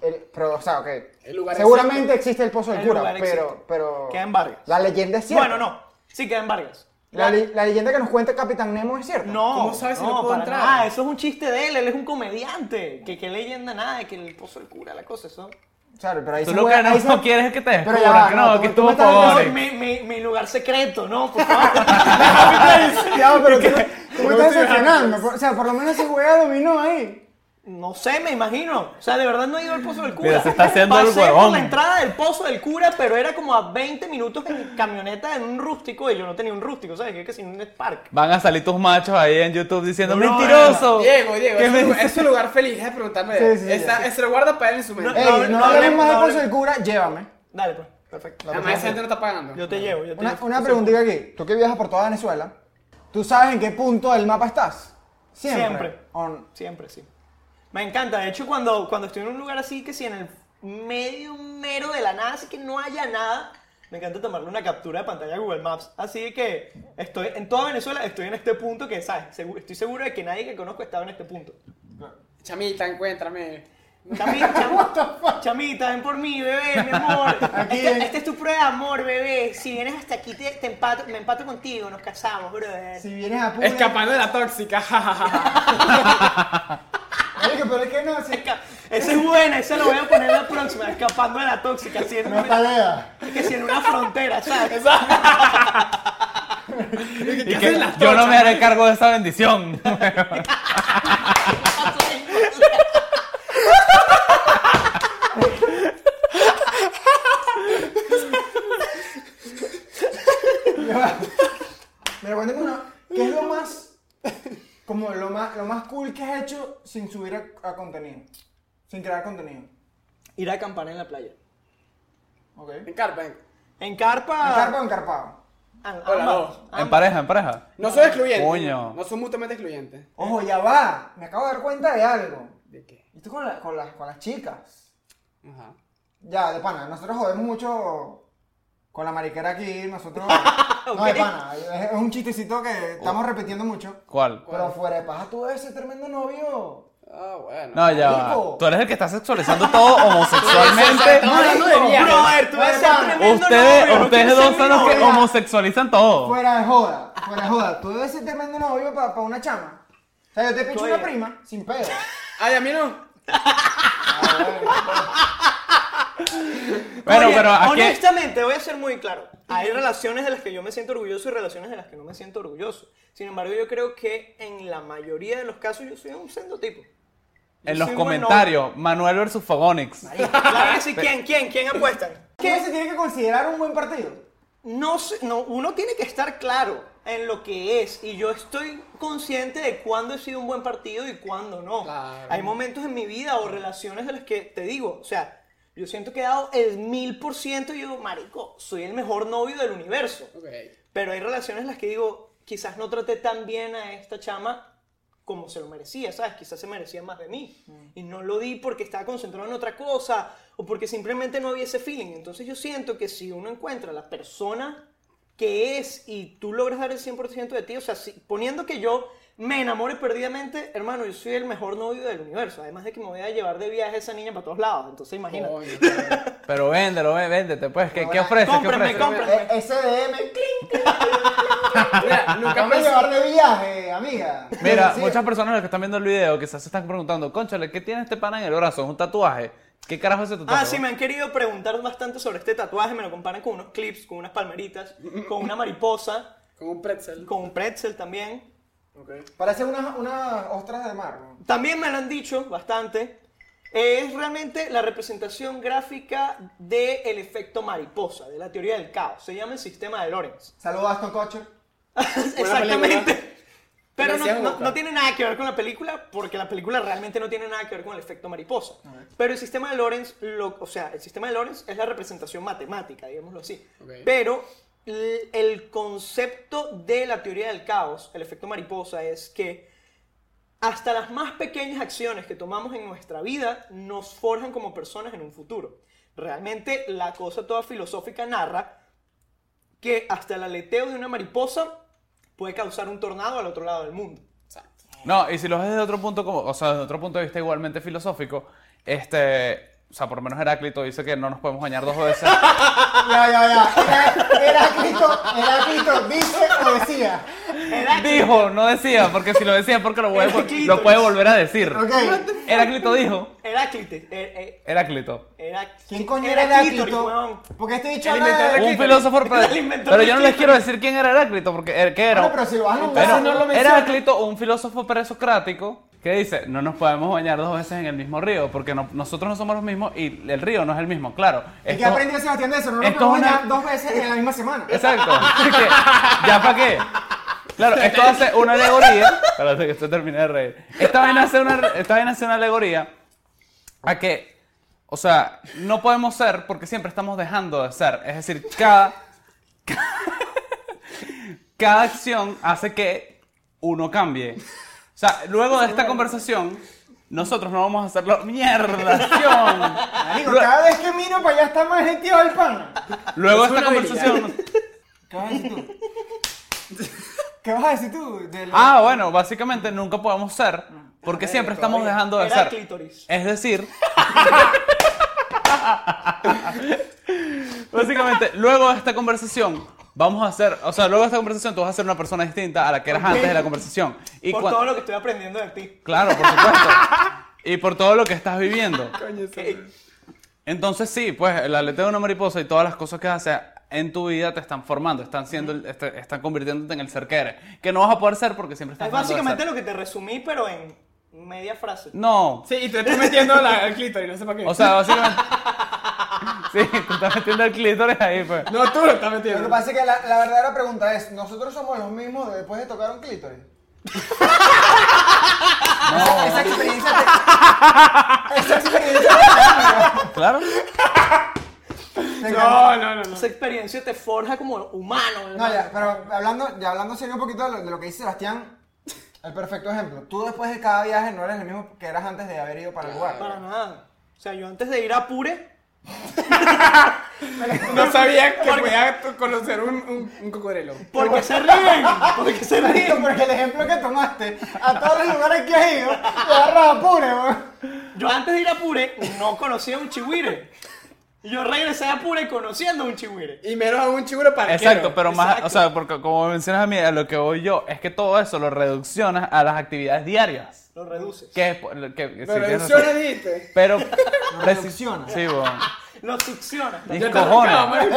S3: El- pero, o sea, ok.
S4: El lugar
S3: Seguramente existe el pozo del
S1: El
S3: cura,
S1: lugar
S3: pero,
S1: existe.
S3: pero.
S1: Queda en Vargas.
S3: La leyenda es cierta.
S1: Bueno, no, sí queda en Vargas.
S3: La, li- la leyenda que nos cuenta Capitán Nemo es cierta.
S1: No,
S4: ¿Cómo sabes si no puedo
S1: para
S4: entrar?
S1: nada, eso es un chiste de él, él es un comediante. Que, que leyenda nada, que el pozo del cura, la cosa, eso.
S3: Claro, pero ahí
S2: Tú
S3: se
S2: lo
S3: juega-
S2: que no,
S3: ahí se-
S2: quieres es que te
S3: Pero ya
S2: descubran.
S3: va,
S2: que
S3: no,
S2: No,
S3: tú-
S2: que
S3: tú
S2: estuvo
S3: me estás dando-
S1: Ese
S2: pobre.
S1: es mi, mi- mi lugar secreto, ¿no? Por favor.
S3: Ya, pero tú, tú
S1: No
S3: me estás
S1: estoy
S3: decepcionando. por- O sea, por lo menos se juega dominó ahí.
S1: No sé, me imagino. O sea, de verdad no he ido al pozo del cura.
S2: Mira, se está haciendo el
S1: Pasé
S2: huevón.
S1: por la entrada del pozo del cura, pero era como a 20 minutos en camioneta en un rústico y yo no tenía un rústico, ¿sabes? Que es que sin un Spark.
S2: Van a salir tus machos ahí en YouTube diciendo,
S1: No,
S2: ¡mentiroso!
S4: Diego, Diego,
S2: ¿Qué
S4: es,
S2: me
S4: un,
S2: dices?
S4: es un lugar feliz, es preguntarme.
S3: Sí, sí,
S4: Esa-
S3: sí.
S4: Se lo guarda para él en su mente.
S1: No,
S3: Ey, no,
S1: no
S3: hablemos
S1: hablemos, no
S3: más del pozo
S1: hablemos.
S3: del cura, llévame.
S1: Dale, pues, perfecto.
S4: Además, esa gente no está pagando.
S1: Yo te llevo, yo te
S3: Una,
S1: llevo.
S3: una preguntita aquí. Tú que viajas por toda Venezuela, ¿tú sabes en qué punto del mapa estás? Siempre.
S1: Siempre.
S3: On-
S1: Siempre, sí. Me encanta. De hecho, cuando, cuando estoy en un lugar así, que si en el medio mero de la nada, así que no haya nada, me encanta tomarle una captura de pantalla a Google Maps. Así de que estoy en toda Venezuela, estoy en este punto que, ¿sabes? Segu- estoy seguro de que nadie que conozco estaba en este punto.
S4: Chamita, encuéntrame.
S1: Chamita, cham- chamita, ven por mí, bebé, mi amor.
S3: Aquí,
S1: Este-
S3: ven.
S1: Esta es tu prueba de amor, bebé. Si vienes hasta aquí, te, te empato, me empato contigo, nos casamos, brother.
S3: Si vienes a Pune...
S4: Escapando de la tóxica, jajaja.
S3: Oye, pero es que no, si...
S1: Esca- Esa es buena, esa lo voy a poner la próxima, escapando de la tóxica, así en
S3: No
S1: una,
S3: está idea.
S1: que si en una frontera, ¿sabes?
S2: Y que yo no me haré cargo de esa bendición.
S3: Pero cuéntame una... ¿Qué es lo más... Como lo más, lo más cool que has hecho sin subir a, a contenido? Sin crear contenido.
S1: Ir a acampar en la playa.
S3: ¿Ok?
S4: En carpa, en-
S1: En carpa.
S3: Encarpa o encarpado.
S1: am- ambas,
S4: Hola,
S1: Ah,
S4: dos.
S1: ambas.
S2: En pareja, en pareja.
S4: No soy excluyente.
S2: Coño.
S4: No soy mutuamente excluyente.
S3: Ojo, ya va. Me acabo de dar cuenta de algo.
S4: ¿De qué?
S3: Esto con, la- con, las- con las chicas.
S4: Ajá.
S3: Ya, de pana, nosotros jodemos mucho con la mariquera aquí, nosotros... No, de
S1: Ok.
S3: pana, es es un chistecito que estamos repitiendo mucho.
S2: ¿Cuál?
S3: Pero fuera de paja tú eres ese tremendo novio.
S4: Ah, bueno.
S2: No, ya va.
S3: Marico.
S2: Tú eres el que está sexualizando todo homosexualmente.
S4: Estamos hablando de viajes.
S1: Brother, tú eres
S3: Bueno,
S1: un tremendo
S2: Ustedes,
S1: novio, no
S2: ustedes
S1: quieres
S2: dos
S1: ser mi
S2: son los que
S1: novio.
S2: homosexualizan todo.
S3: Fuera de joda, fuera de joda. Tú debes ser tremendo novio para una chama. O sea, yo te picho
S1: Oye.
S3: una prima sin pedo.
S4: Ay, a mí no.
S2: Bueno,
S1: Oye,
S2: pero aquí.
S1: Honestamente, voy a ser muy claro. Hay relaciones de las que yo me siento orgulloso y relaciones de las que no me siento orgulloso. Sin embargo, yo creo que en la mayoría de los casos yo soy un sendo tipo. Yo
S2: En los
S1: soy un buen
S2: comentarios, Manuel versus Fogonix.
S1: novio. Claro que sí, ¿quién, quién, quién apuestan?
S3: ¿Qué se tiene que considerar un buen partido?
S1: no, sé- no, uno tiene que estar claro en lo que es y yo estoy consciente de cuándo he sido un buen partido y cuándo no.
S4: Claro.
S1: Hay momentos en mi vida o relaciones de las que te digo, o sea, yo siento que he dado el mil por ciento y digo, marico, soy el mejor novio del universo.
S4: Ok.
S1: Pero hay relaciones en las que digo, quizás no traté tan bien a esta chama como se lo merecía, ¿sabes? Quizás se merecía más de mí. Y no lo di porque estaba concentrado en otra cosa o porque simplemente no había ese feeling. Entonces yo siento que si uno encuentra la persona que es y tú logras dar el 100% de ti, o sea, si- poniendo que yo me enamore perdidamente, hermano, yo soy el mejor novio del universo. Además de que me voy a llevar de viaje a esa niña para todos lados. Entonces imagínate.
S4: Coño.
S2: Pero véndelo, vé- véndete, pues. ¿Qué, qué ofreces? ¿Qué
S3: E,
S1: Cómprame,
S2: ofreces?
S1: cómprame.
S3: SDM, clink,
S4: Mira, nunca
S3: Vamos a
S4: pensé.
S3: llevar de viaje, amiga.
S2: Mira,
S3: Sí.
S2: muchas personas las que están viendo el video quizás se están preguntando, conchale, ¿qué tiene este pana en el brazo? ¿Es un tatuaje? ¿Qué carajo es ese tatuaje?
S1: Ah, sí, me han querido preguntar bastante sobre este tatuaje. Me lo comparan con unos clips, con unas palmeritas, con una mariposa,
S4: Con un pretzel.
S1: con un pretzel también.
S4: Ok.
S3: Parece unas unas ostras de mar. ¿no?
S1: También me lo han dicho bastante. Es realmente la representación gráfica del efecto mariposa, de la teoría del caos. Se llama el sistema de Lorentz.
S3: Saludos a Aston Kutcher.
S1: Exactamente.
S4: película.
S1: Pero no,
S4: Gracias,
S1: no-
S4: Boca.
S1: no tiene nada que ver con la película, porque la película realmente no tiene nada que ver con el efecto mariposa. Pero el sistema de Lorentz, lo- o sea, el sistema de Lorentz es la representación matemática, digámoslo así.
S4: Ok.
S1: Pero l- el concepto de la teoría del caos, el efecto mariposa, es que hasta las más pequeñas acciones que tomamos en nuestra vida nos forjan como personas en un futuro. Realmente la cosa toda filosófica narra que hasta el aleteo de una mariposa puede causar un tornado al otro lado del mundo.
S4: Exacto.
S2: No, y si lo ves desde otro punto, como, o sea, desde otro punto de vista igualmente filosófico, este, o sea, por lo menos Heráclito dice que no nos podemos bañar dos veces.
S3: Ya, ya, ya. Era- Heráclito, Heráclito, dice o decía.
S2: dijo, no decía, porque si lo decía, porque lo puede,
S1: Heráclito.
S2: lo puede volver a decir.
S3: Ok.
S2: Heráclito dijo.
S1: Heráclito. eh, eh,
S2: Heráclito.
S1: Herac-
S3: ¿Quién coño era
S1: Heráclito,
S3: Heráclito?
S1: huevón.
S3: Porque este bicho
S1: El
S3: habla de-
S1: inventor
S2: Un
S1: Heráclito.
S2: filósofo,
S1: El
S2: pero,
S1: inventor
S2: pero yo no les
S1: Heráclito.
S2: quiero decir quién era Heráclito, porque er- ¿qué era?
S3: Bueno, pero si lo vas a nombrar,
S2: Bueno,
S3: no lo mencionas.
S2: Heráclito, un filósofo presocrático, que dice, no nos podemos bañar dos veces en el mismo río, porque no- nosotros no somos los mismos y el río no es el mismo, claro.
S3: ¿Y qué
S2: esto-
S3: aprendió Sebastián de eso? No lo
S2: esto es
S3: podemos
S2: una-
S3: bañar dos veces en la misma semana.
S2: Exacto. Así que, ¿Ya para qué? Claro, esto hace una alegoría. Espérate que esto terminé de reír. Esta vaina hace una, esta vaina hace una alegoría a que, o sea, no podemos ser porque siempre estamos dejando de ser. Es decir, cada. Cada acción hace que uno cambie. O sea, luego de esta conversación, nosotros no vamos a hacerlo. ¡Mierda! Sion!
S3: Marico, cada vez que miro para allá está más gentío el pan.
S2: Luego de
S4: Es
S2: esta
S4: una habilidad.
S2: conversación.
S3: ¿Qué vas a decir tú? ¿Qué vas a decir tú? Del-
S2: Ah, bueno, básicamente nunca podemos ser porque siempre estamos dejando de
S1: Era
S2: ser.
S1: clítoris.
S2: Es decir, básicamente, luego de esta conversación, vamos a ser, o sea, luego de esta conversación tú vas a ser una persona distinta a la que eras antes de la conversación. Y
S1: Por
S2: cuan-
S1: todo lo que estoy aprendiendo de ti.
S2: Claro, por supuesto. Y por todo lo que estás viviendo.
S4: Coño,
S1: Eh,
S2: Entonces sí, pues el aleteo de una mariposa y todas las cosas que haces en tu vida te están formando, están siendo, el- est- están convirtiéndote en el ser que eres, que no vas a poder ser porque siempre estás
S1: Es
S2: dejando de ser.
S1: básicamente lo que te resumí, pero en media frase.
S2: No,
S4: Sí, y te estás metiendo la, el clítoris, no sé para qué.
S2: O sea, básicamente. sí, tú estás metiendo el clítoris ahí, pues.
S4: no, tú lo estás
S3: Lo que
S4: metiendo.
S3: pasa es que la, la verdadera pregunta es, ¿nosotros somos los mismos de después de tocar un clítoris? Esa, esa experiencia te- Esa experiencia
S2: Claro.
S3: te-
S4: No, no, no, no.
S1: Esa experiencia te forja como humano.
S3: No,
S1: hermano.
S3: ya, pero hablando, ya hablando serio un poquito de lo, de lo que dice Sebastián, el perfecto ejemplo. Tú después de cada viaje no eres el mismo que eras antes de haber ido para el
S1: Para
S3: lugar.
S1: nada. O sea, yo antes de ir a Pure,
S4: No sabía que podía conocer un, un, un cocodrilo.
S1: ¿por qué se ríen? ¿Por qué se
S3: Marico,
S1: ríen?
S3: porque el ejemplo que tomaste a todos los lugares que has ido, te agarras a pure, weón.
S1: Yo antes de ir a Pure no conocía a un chihuire. Yo regresé a Pure conociendo a un chihuire.
S4: Y menos a un chiguro parquero.
S2: Exacto, pero más,
S1: exacto.
S2: o sea, porque como mencionas a mí, a lo que voy yo, es que todo eso lo reduccionas a las actividades diarias.
S1: Lo reduces.
S2: Que es. por- Que, sí,
S4: Lo
S2: tienes
S4: reducciones,
S2: razón.
S4: dijiste.
S2: Pero.
S3: reduccionas.
S2: Sí, bueno.
S1: Lo succionas.
S2: Mis
S4: Yo te arrancaba,
S2: cojones.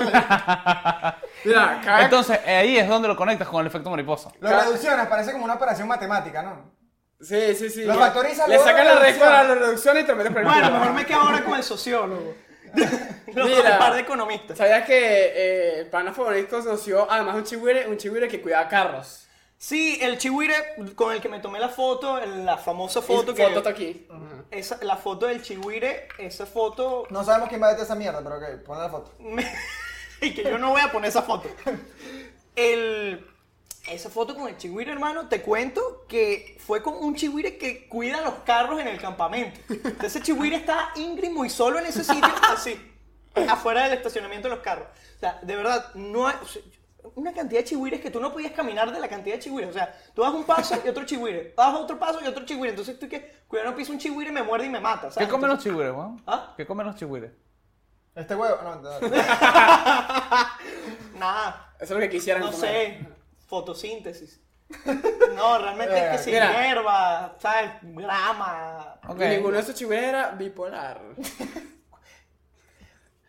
S4: marico. Mira, cada
S2: Entonces, ahí es donde lo conectas con el efecto mariposa.
S3: Lo
S4: Claro.
S3: reduccionas, parece como una operación matemática, ¿no?
S4: Sí, sí, sí.
S3: Lo factoriza,
S4: Le
S3: luego
S4: sacan
S3: lo
S4: la raíz
S3: reducciona.
S4: para la reducción y te lo metes por el
S1: Bueno,
S4: culo.
S1: mejor me quedo ahora con el sociólogo. Los
S4: Mira.
S1: par de economistas.
S4: ¿Sabías que eh, el pana favorito asoció, además de un chihuire, un chihuire que cuidaba carros?
S1: Sí, el chihuire con el que me tomé la foto, el- la famosa foto
S4: Y-
S1: que...
S4: Foto está aquí.
S1: esa, la foto del chihuire, esa foto...
S3: No sabemos quién va a verte esa mierda, pero ok, ponle la foto.
S1: me- y que yo no voy a poner esa foto. El, esa foto con el chihuire, hermano, te cuento que fue con un chihuire que cuida los carros en el campamento. Entonces ese chihuire está íngrimo y solo en ese sitio, así, afuera del estacionamiento de los carros. O sea, de verdad, no hay... o sea, una cantidad de chihuires que tú no podías caminar de la cantidad de chihuires. O sea, tú das un paso y otro chihuire, das otro paso y otro chihuire. Entonces tú que, cuidado, no piso un chihuire y me muerde y me mata. ¿sabes?
S2: ¿Qué comen los
S1: Entonces-
S2: chigüires, Juan?
S1: ¿Ah?
S2: ¿Qué comen los chigüires?
S3: Este huevo, no, no, no.
S1: Nada.
S4: Eso es lo que quisieran
S1: No
S4: comer.
S1: sé. fotosíntesis. No, realmente es que sin
S4: Eh, Mira. Ah.
S1: hierba, ¿sabes? Grama.
S2: Ok.
S4: Y ninguno de esos chingones era bipolar.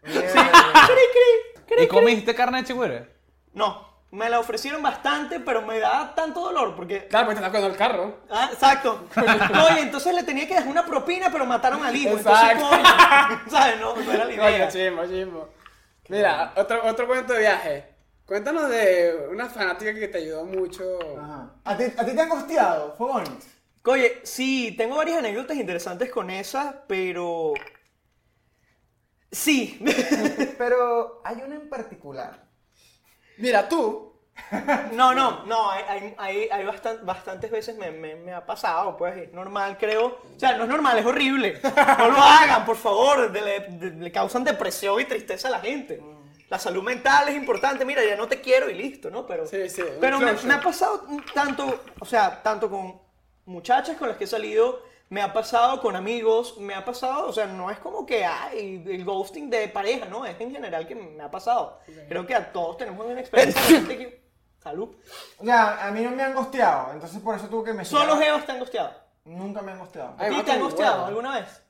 S1: Cri, cri, cri,
S2: ¿Y
S1: cri.
S2: comiste carne de chigüire?
S1: No, me la ofrecieron bastante, pero me da tanto dolor porque.
S4: Claro, porque te estás cuidando el carro.
S1: Ah, exacto. No, y entonces le tenía que dejar una propina, pero mataron al hijo.
S4: Exacto.
S1: Entonces, coño, ¿sabes? No, no era la
S4: Coño,
S1: idea.
S4: chimbo, chimbo. Mira, otro, otro cuento de viaje. Cuéntanos de una fanática que te ayudó mucho.
S1: Ah.
S3: Ajá. ¿A ti, a ti te han costeado, Fogón?
S1: Oye, sí, tengo varias anécdotas interesantes con esas, pero. Sí.
S3: Pero hay una en particular.
S4: Mira, tú.
S1: No, no, no, hay, hay, hay- hay bastan- bastantes veces me, me- me ha pasado, pues es normal, creo. O sea, no es normal, es horrible. No lo hagan, por favor, de- le, de- le causan depresión y tristeza a la gente.
S4: Mm.
S1: La salud mental es importante, mira, ya no te quiero y listo, ¿no? Pero,
S4: Sí, sí, un
S1: pero me,
S4: closure.
S1: me ha pasado tanto, o sea, tanto con muchachas con las que he salido, me ha pasado con amigos, me ha pasado, o sea, no es como que hay el ghosting de pareja, ¿no? Es en general que me ha pasado. Creo que a todos tenemos una experiencia. de gente que- Salud.
S3: O sea, a mí no me han costeado, entonces por eso tuve que me...
S1: Solo Evas te han gosteado.
S3: Nunca me han costeado.
S1: ¿A
S4: Ay,
S1: ti
S4: va
S1: te han
S4: con
S1: gosteado
S4: huevo.
S1: alguna vez?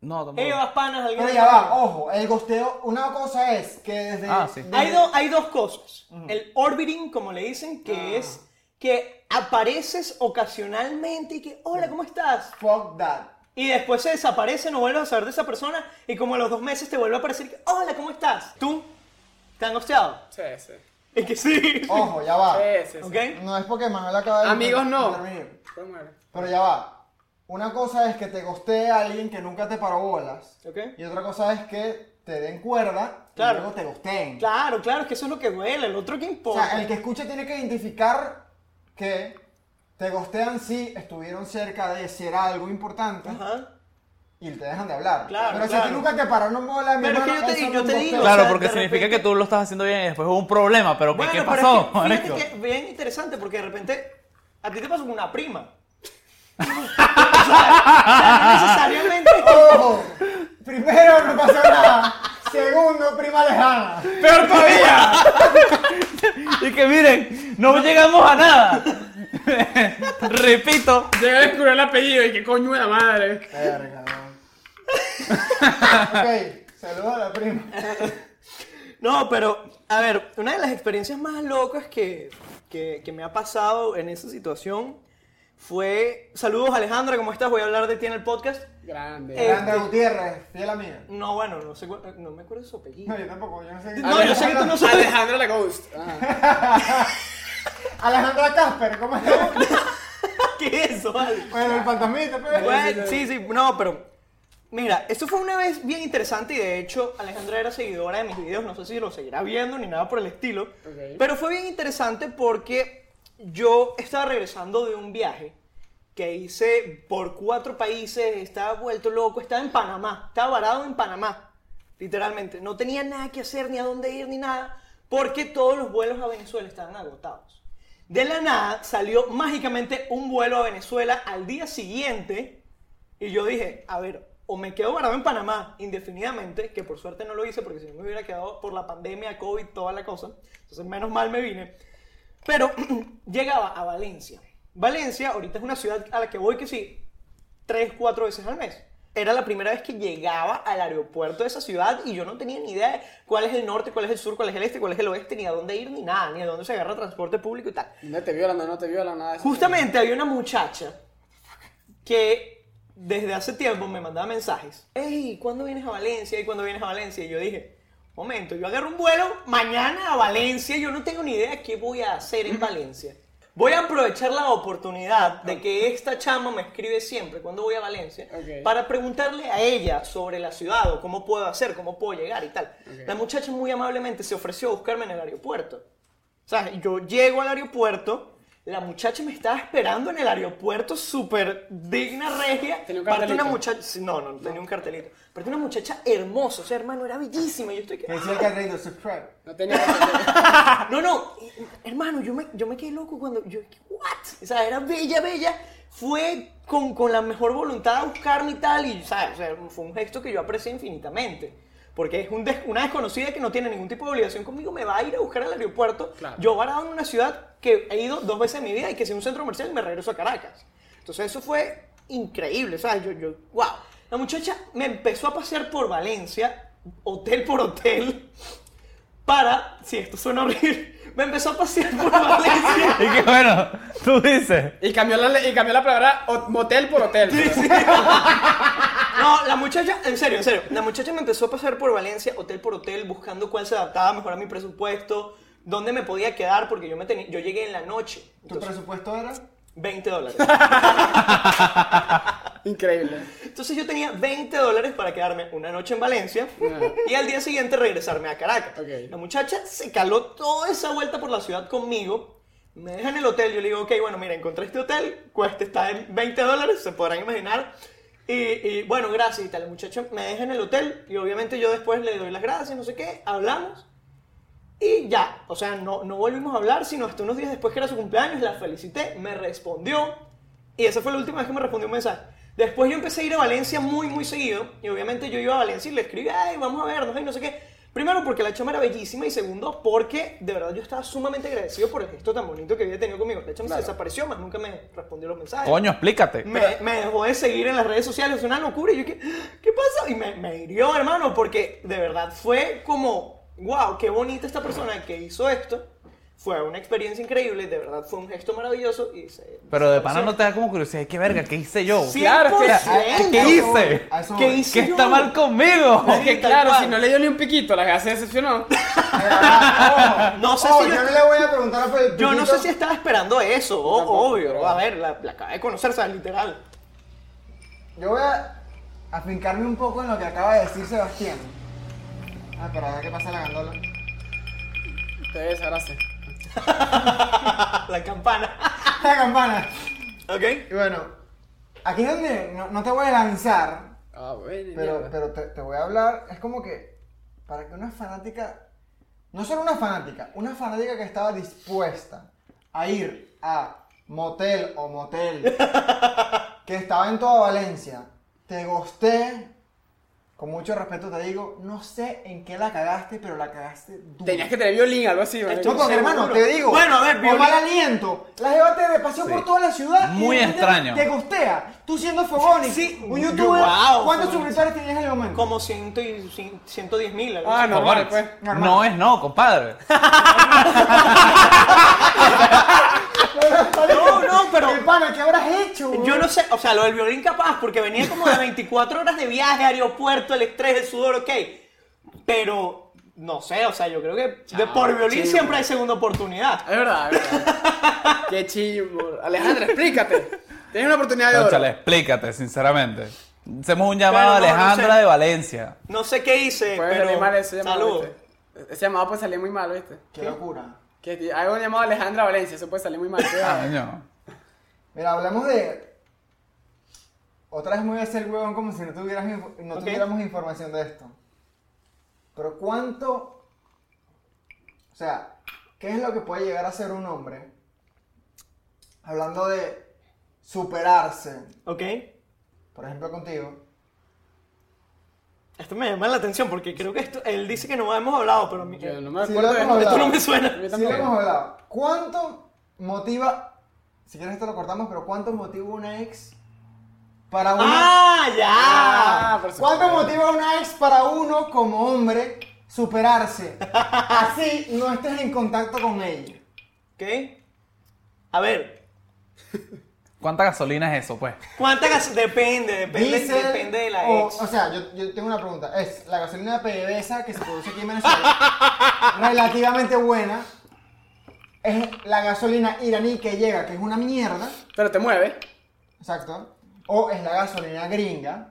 S2: No, tampoco.
S1: Evas, panas, alguna
S3: Pero ya va, oh, ojo, el costeo, una cosa es que desde...
S2: Ah, sí.
S3: desde-
S1: Hay, do- hay dos cosas. El orbiting, como le dicen, que
S3: Ah.
S1: es que apareces ocasionalmente y que, hola, ¿cómo estás?
S3: Fuck that.
S1: Y después se desaparece, no vuelves a saber de esa persona y como a los dos meses te vuelve a aparecer que, hola, ¿cómo estás? ¿Tú? ¿Te han gosteado?
S4: Sí, sí.
S1: Es que sí.
S3: Ojo, ya va.
S4: Sí, sí, sí.
S1: ¿Ok?
S3: No es porque Manuel acaba de...
S4: Amigos, no.
S3: intervenir.
S4: Pues bueno.
S3: Pero ya va. Una cosa es que te costee a alguien que nunca te paró bolas.
S1: ¿Ok?
S3: Y otra cosa es que te den cuerda
S1: Claro.
S3: y luego te gosteen.
S1: Claro, claro, es que eso es lo que duele, el otro que
S3: O
S1: importa.
S3: sea, el que escuche tiene que identificar que te gostean si estuvieron cerca de ser algo importante
S1: Ajá.
S3: y te dejan de hablar.
S1: Claro,
S3: Pero si a ti
S1: claro.
S3: nunca te pararon bola, mi
S1: Pero es que
S3: hermano,
S1: yo te-
S3: eso
S1: yo
S3: no
S1: te
S3: es un
S1: digo,
S3: gosteo.
S1: o
S2: Claro,
S1: sea,
S2: porque
S1: de
S2: significa
S1: repente-
S2: que tú lo estás haciendo bien y después hubo un problema, pero ¿qué,
S1: Bueno,
S2: qué
S1: pero
S2: pasó?
S1: es que, fíjate
S2: marico?
S1: que bien interesante porque de repente a ti te pasó con una prima. o sea, no necesariamente.
S3: Ojo, primero no pasó nada. Segundo, prima lejana.
S2: ¡Peor todavía! y que miren, no llegamos a nada. Repito.
S4: Llegué a descubrir el apellido y qué coño de la madre.
S3: Verga. ok, saludos a la prima.
S1: No, pero a ver, una de las experiencias más locas que, que, que me ha pasado en esa situación fue. Saludos, Alejandra, ¿cómo estás? Voy a hablar de ti en el podcast.
S4: Grande.
S1: Eh,
S3: Alejandra Gutiérrez, fiel amiga.
S1: No, bueno, no, sé, cu- no me acuerdo de su apellido.
S3: No, yo tampoco, yo no sé.
S1: No, yo sé que tú no sabes.
S4: Alejandra Ah, la Ghost. Ah.
S3: Alejandra Casper, ¿cómo estás?
S1: ¿Qué es eso? vale?
S3: Bueno, el fantasmita, pues. pero...
S1: Bueno, sí, sí, no, pero. Mira, esto fue una vez bien interesante y de hecho Alejandra era seguidora de mis videos, no sé si lo seguirá viendo ni nada por el estilo,
S4: Ok.
S1: pero fue bien interesante porque yo estaba regresando de un viaje que hice por cuatro países, estaba vuelto loco, estaba en Panamá, estaba varado en Panamá, literalmente, no tenía nada que hacer ni a dónde ir ni nada, porque todos los vuelos a Venezuela estaban agotados. De la nada salió mágicamente un vuelo a Venezuela al día siguiente. Y yo dije, a ver, o me quedo varado en Panamá indefinidamente, que por suerte no lo hice porque si no me hubiera quedado por la pandemia, COVID, toda la cosa. Entonces, menos mal me vine. Pero llegaba a Valencia. Valencia ahorita es una ciudad a la que voy que sí, tres, cuatro veces al mes. Era la primera vez que llegaba al aeropuerto de esa ciudad y yo no tenía ni idea de cuál es el norte, cuál es el sur, cuál es el este, cuál es el oeste, ni a dónde ir, ni nada, ni a dónde se agarra transporte público y tal.
S4: No te violan, no, no te violan, nada de eso.
S1: Justamente había una muchacha que desde hace tiempo me mandaba mensajes. Ey, ¿cuándo vienes a Valencia? ¿Y cuándo vienes a Valencia? Y yo dije, momento, yo agarro un vuelo mañana a Valencia. Yo no tengo ni idea qué voy a hacer en Valencia. Voy a aprovechar la oportunidad de que esta chama me escribe siempre cuando voy a Valencia
S4: Ok.
S1: para preguntarle a ella sobre la ciudad o cómo puedo hacer, cómo puedo llegar y tal. La muchacha muy amablemente se ofreció a buscarme en el aeropuerto. O sea, yo llego al aeropuerto, la muchacha me estaba esperando en el aeropuerto, súper digna, regia.
S4: Tenía un
S1: Parte una
S4: cartelito.
S1: muchacha, sí, no, no, tenía un cartelito. Parte una muchacha hermosa, o sea, hermano, era bellísima. Yo estoy que...
S3: Que decía el carrito, subscribe.
S4: No tenía que
S1: No, no, hermano, yo me, yo me quedé loco cuando yo, ¿what? O sea, era bella, bella. Fue con, con la mejor voluntad a buscarme y tal, y, ¿sabes? O sea, fue un gesto que yo aprecié infinitamente. porque es un des- una desconocida que no tiene ningún tipo de obligación conmigo, me va a ir a buscar al aeropuerto.
S4: Claro.
S1: Yo varado en una ciudad que he ido dos veces en mi vida y que es un centro comercial y me regreso a Caracas. Entonces eso fue increíble, ¿sabes? Yo, yo, wow. La muchacha me empezó a pasear por Valencia, hotel por hotel, para, si esto suena horrible, me empezó a pasear por Valencia.
S2: Y que bueno, tú dices.
S4: Y cambió la, le- y cambió la palabra o- motel por hotel.
S1: No, la muchacha, en serio, en serio. La muchacha me empezó a pasar por Valencia, hotel por hotel, buscando cuál se adaptaba mejor a mi presupuesto, dónde me podía quedar, porque yo, me tenía, yo llegué en la noche.
S3: ¿Tu
S1: Entonces,
S3: presupuesto era?
S1: 20 dólares.
S4: Increíble.
S1: Entonces yo tenía 20 dólares para quedarme una noche en Valencia y al día siguiente regresarme a Caracas.
S4: Ok.
S1: La muchacha se caló toda esa vuelta por la ciudad conmigo. Me deja en el hotel, yo le digo, ok, bueno, mira, encontré este hotel, cuesta, está en 20 dólares, se podrán imaginar. Y, y, bueno, gracias y tal. La muchacha me deja en el hotel y obviamente yo después le doy las gracias, no sé qué, hablamos y ya. O sea, no, no volvimos a hablar, sino hasta unos días después que era su cumpleaños, la felicité, me respondió. Y esa fue la última vez que me respondió un mensaje. Después yo empecé a ir a Valencia muy, muy seguido. Y obviamente yo iba a Valencia y le escribí, ay, vamos a vernos, y no sé qué. Primero porque la chama era bellísima y segundo porque de verdad yo estaba sumamente agradecido por el gesto tan bonito que había tenido conmigo. La chama se desapareció, más nunca me respondió los mensajes.
S2: Coño, explícate.
S1: Me, me dejó de seguir en las redes sociales, es una locura. Y yo, ¿qué, qué pasa? Y me, me hirió, hermano, porque de verdad fue como, wow, qué bonita esta persona que hizo esto. Fue una experiencia increíble, de verdad fue un gesto maravilloso. Y se-
S2: Pero de
S1: se-
S2: pana no te da como curiosidad. ¿Qué verga? ¿Qué hice yo?
S1: Sí,
S4: Claro, que-
S1: ¿qué-
S2: ¿Qué hice?
S3: A eso
S1: ¿Qué
S3: voy.
S1: hice?
S2: ¿Qué está
S1: yo?
S2: mal conmigo?
S1: Sí,
S4: Que
S1: tal
S4: claro,
S1: cual.
S4: si no le dio ni un piquito, la gata se decepcionó.
S3: Eh,
S1: No sé
S3: Oh,
S1: si yo,
S3: yo no le voy a preguntar a Felipe.
S1: yo no sé si estaba esperando eso, o-
S4: Tampoco,
S1: obvio.
S4: pero-
S1: A ver, la, la acabé de conocer, o sea, literal.
S3: Yo voy a afincarme un poco en lo que acaba de decir Sebastián. Ah, pero a ver qué pasa la gandola.
S4: Te desagraste.
S1: la campana.
S3: La campana.
S1: ¿Ok?
S3: Y bueno, aquí es donde no, no te voy a lanzar,
S4: Ah, bueno.
S3: pero,
S4: mierda.
S3: pero te, te voy a hablar. Es como que para que una fanática, no solo una fanática, una fanática que estaba dispuesta a ir a motel o motel que estaba en toda Valencia, te gosté. Con mucho respeto te digo, no sé en qué la cagaste, pero la cagaste duro.
S4: Tenías que tener violín, algo así, marico.
S3: No, porque hermano, te digo.
S1: Bueno, a ver,
S3: Con
S1: violín.
S3: mal aliento. La jeva te paseó por toda la ciudad. y
S2: Muy
S3: de repente
S2: extraño.
S3: Te costea. Tú siendo fogón y
S1: Sí,
S3: un
S1: yo-
S3: youtuber.
S1: wow,
S3: ¿Cuántos
S1: fogón.
S3: suscriptores tenías en el momento?
S1: Como ciento y, cien- 110 mil. algo
S4: Ah,
S1: así.
S4: no,
S2: Cojones.
S4: vale, pues.
S3: normal.
S2: No es no, compadre.
S1: No, no, pero-
S3: ¿Qué pana, ¿qué habrás hecho? güey?
S1: Yo no sé, o sea, lo del violín capaz, porque venía como de 24 horas de viaje, aeropuerto, el estrés, el sudor, ok. Pero, no sé, o sea, yo creo que de
S4: Chao,
S1: por violín
S4: chido.
S1: siempre hay segunda oportunidad.
S4: Es verdad, es verdad. Qué chimbo. Alejandra, explícate. Tienes una oportunidad de
S2: Conchale,
S4: oro.
S2: explícate, sinceramente. Hacemos un llamado a
S1: Pero no, no
S2: Alejandra
S1: sé.
S2: de Valencia.
S1: No sé qué hice,
S4: Puede
S1: pero...
S4: salir mal ese llamado.
S1: Saludos.
S4: ¿viste? Ese llamado puede salir muy mal, ¿viste?
S3: Qué locura.
S4: Que ti- hay un llamado a Alejandra Valencia, eso puede salir muy mal. cuidado.
S2: Coño.
S3: Mira, hablamos de. Otra vez me voy a hacer huevón como si no, tuvieras inf- no
S1: Ok.
S3: tuviéramos información de esto. Pero cuánto. O sea, ¿qué es lo que puede llegar a ser un hombre? Hablando de superarse,
S1: Ok.
S3: por ejemplo contigo.
S1: Esto me llama la atención porque creo que esto, él dice que no hemos hablado, pero a mí-
S4: Yo no me
S3: Sí,
S4: acuerdo
S3: lo
S4: de
S3: hemos
S1: esto
S3: hablado.
S1: no me suena.
S4: Yo
S3: Sí, lo
S4: tampoco.
S3: hemos hablado. ¿Cuánto motiva. Si quieres, esto lo cortamos, pero ¿cuánto motiva una ex para una.
S1: ¡Ah, ya!
S4: Ah, por supuesto.
S3: ¿Cuánto motiva una ex para uno como hombre superarse? Así no estés en contacto con ella.
S1: Ok. A ver,
S2: ¿Cuánta gasolina es eso, pues?
S1: ¿cuánta gas? Depende, depende,
S3: Diésel
S1: depende de la
S3: o,
S1: ex.
S3: O sea, yo, yo tengo una pregunta. Es la gasolina PDVSA que se produce aquí en Venezuela, relativamente buena. Es la gasolina iraní que llega, que es una mierda.
S4: Pero te mueve.
S3: Exacto. O es la gasolina gringa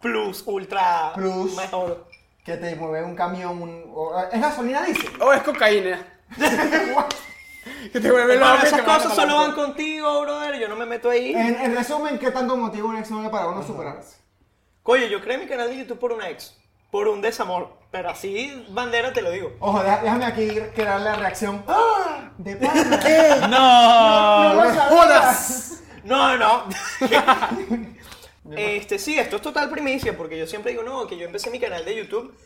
S1: Plus, ultra,
S3: Plus.
S1: mejor.
S3: que te mueve un camión. un- o- es gasolina diésel.
S4: O es cocaína. que te vuelve
S1: Hermano,
S4: loco y
S1: esas
S4: te manda
S1: cosas
S4: para
S1: solo van
S4: adelante.
S1: contigo, brother. Yo no me meto ahí.
S3: En, en resumen, ¿qué tanto motiva una ex novia para uno superarse?
S1: Coño, yo creé mi canal de YouTube por una ex, por un desamor, pero así, bandera, te lo digo.
S3: Ojo, deja- déjame aquí crear la reacción. ¡Ah! ¡De pana!
S2: ¡No!
S3: ¡No lo sabía!
S4: ¡Jodas!
S1: No, no, Este, sí, esto es total primicia, porque yo siempre digo, no, que yo empecé mi canal de YouTube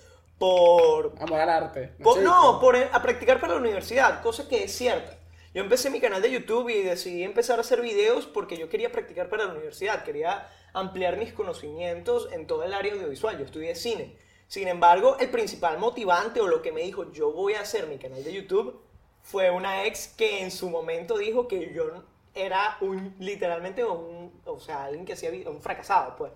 S1: por...
S4: Amor al arte.
S1: por-
S4: Sí.
S1: no, por e- a practicar para la universidad, cosa que es cierta. Yo empecé mi canal de YouTube y decidí empezar a hacer videos porque yo quería practicar para la universidad, quería ampliar mis conocimientos en todo el área audiovisual, yo estudié cine. Sin embargo, el principal motivante o lo que me dijo, yo voy a hacer mi canal de YouTube, fue una ex que en su momento dijo que yo era un literalmente un o sea alguien que hacía vi- un fracasado pues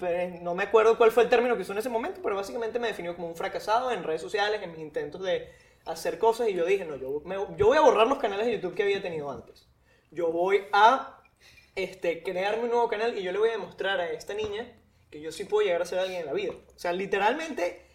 S1: pero no me acuerdo cuál fue el término que usó en ese momento pero básicamente me definió como un fracasado en redes sociales en mis intentos de hacer cosas y yo dije no yo me- yo voy a borrar los canales de YouTube que había tenido antes yo voy a este, crearme un nuevo canal y yo le voy a demostrar a esta niña que yo sí puedo llegar a ser alguien en la vida. O sea, literalmente,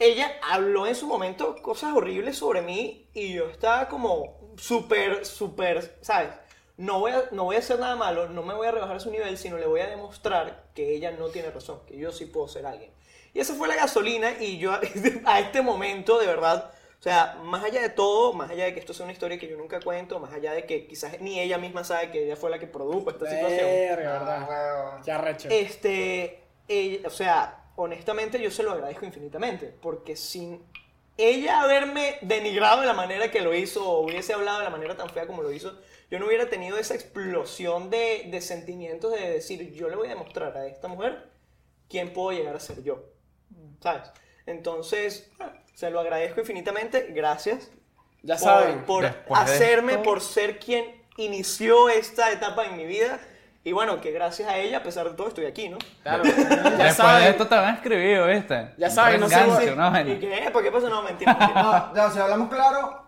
S1: ella habló en su momento cosas horribles sobre mí y yo estaba como súper, súper, ¿sabes? No voy, a, no voy a hacer nada malo, no me voy a rebajar a su nivel, sino le voy a demostrar que ella no tiene razón, que yo sí puedo ser alguien. Y esa fue la gasolina y yo a este momento, de verdad, o sea, más allá de todo, más allá de que esto sea una historia que yo nunca cuento, más allá de que quizás ni ella misma sabe que ella fue la que produjo esta situación.
S4: Verga, verdad. Qué arrecho.
S1: Este, ella- o sea, honestamente yo se lo agradezco infinitamente, porque sin ella haberme denigrado de la manera que lo hizo o hubiese hablado de la manera tan fea como lo hizo, yo no hubiera tenido esa explosión de, de sentimientos de decir, yo le voy a demostrar a esta mujer quién puedo llegar a ser yo, ¿sabes? Entonces, ah, se lo agradezco infinitamente, gracias
S4: ya
S1: por-
S4: saben.
S1: por
S2: después de
S1: hacerme,
S2: esto-
S1: por ser quien inició esta etapa en mi vida. Y bueno, que gracias a ella, a pesar de todo, estoy aquí, ¿no?
S4: Claro. ya
S2: Después de
S4: saben.
S2: esto te van a escribir, ¿viste?
S4: Ya saben, no se
S2: Engancho,
S4: voy.
S2: una vaina.
S1: ¿Y qué? ¿Por qué pasa? No, mentira. mentira.
S3: No, no, si hablamos claro,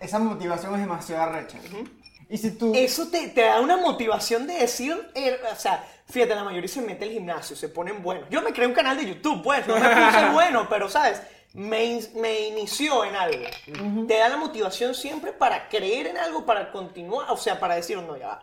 S3: esa motivación es demasiado arrecha. Y si tú...
S1: Eso te, te da una motivación de decir, eh, o sea, fíjate, la mayoría se mete al gimnasio, se ponen buenos. Yo me creé un canal de YouTube, pues, no me puse bueno, pero, ¿sabes? Me, in- me inició en algo. Te da la motivación siempre para creer en algo, para continuar, o sea, para decir, no, ya va,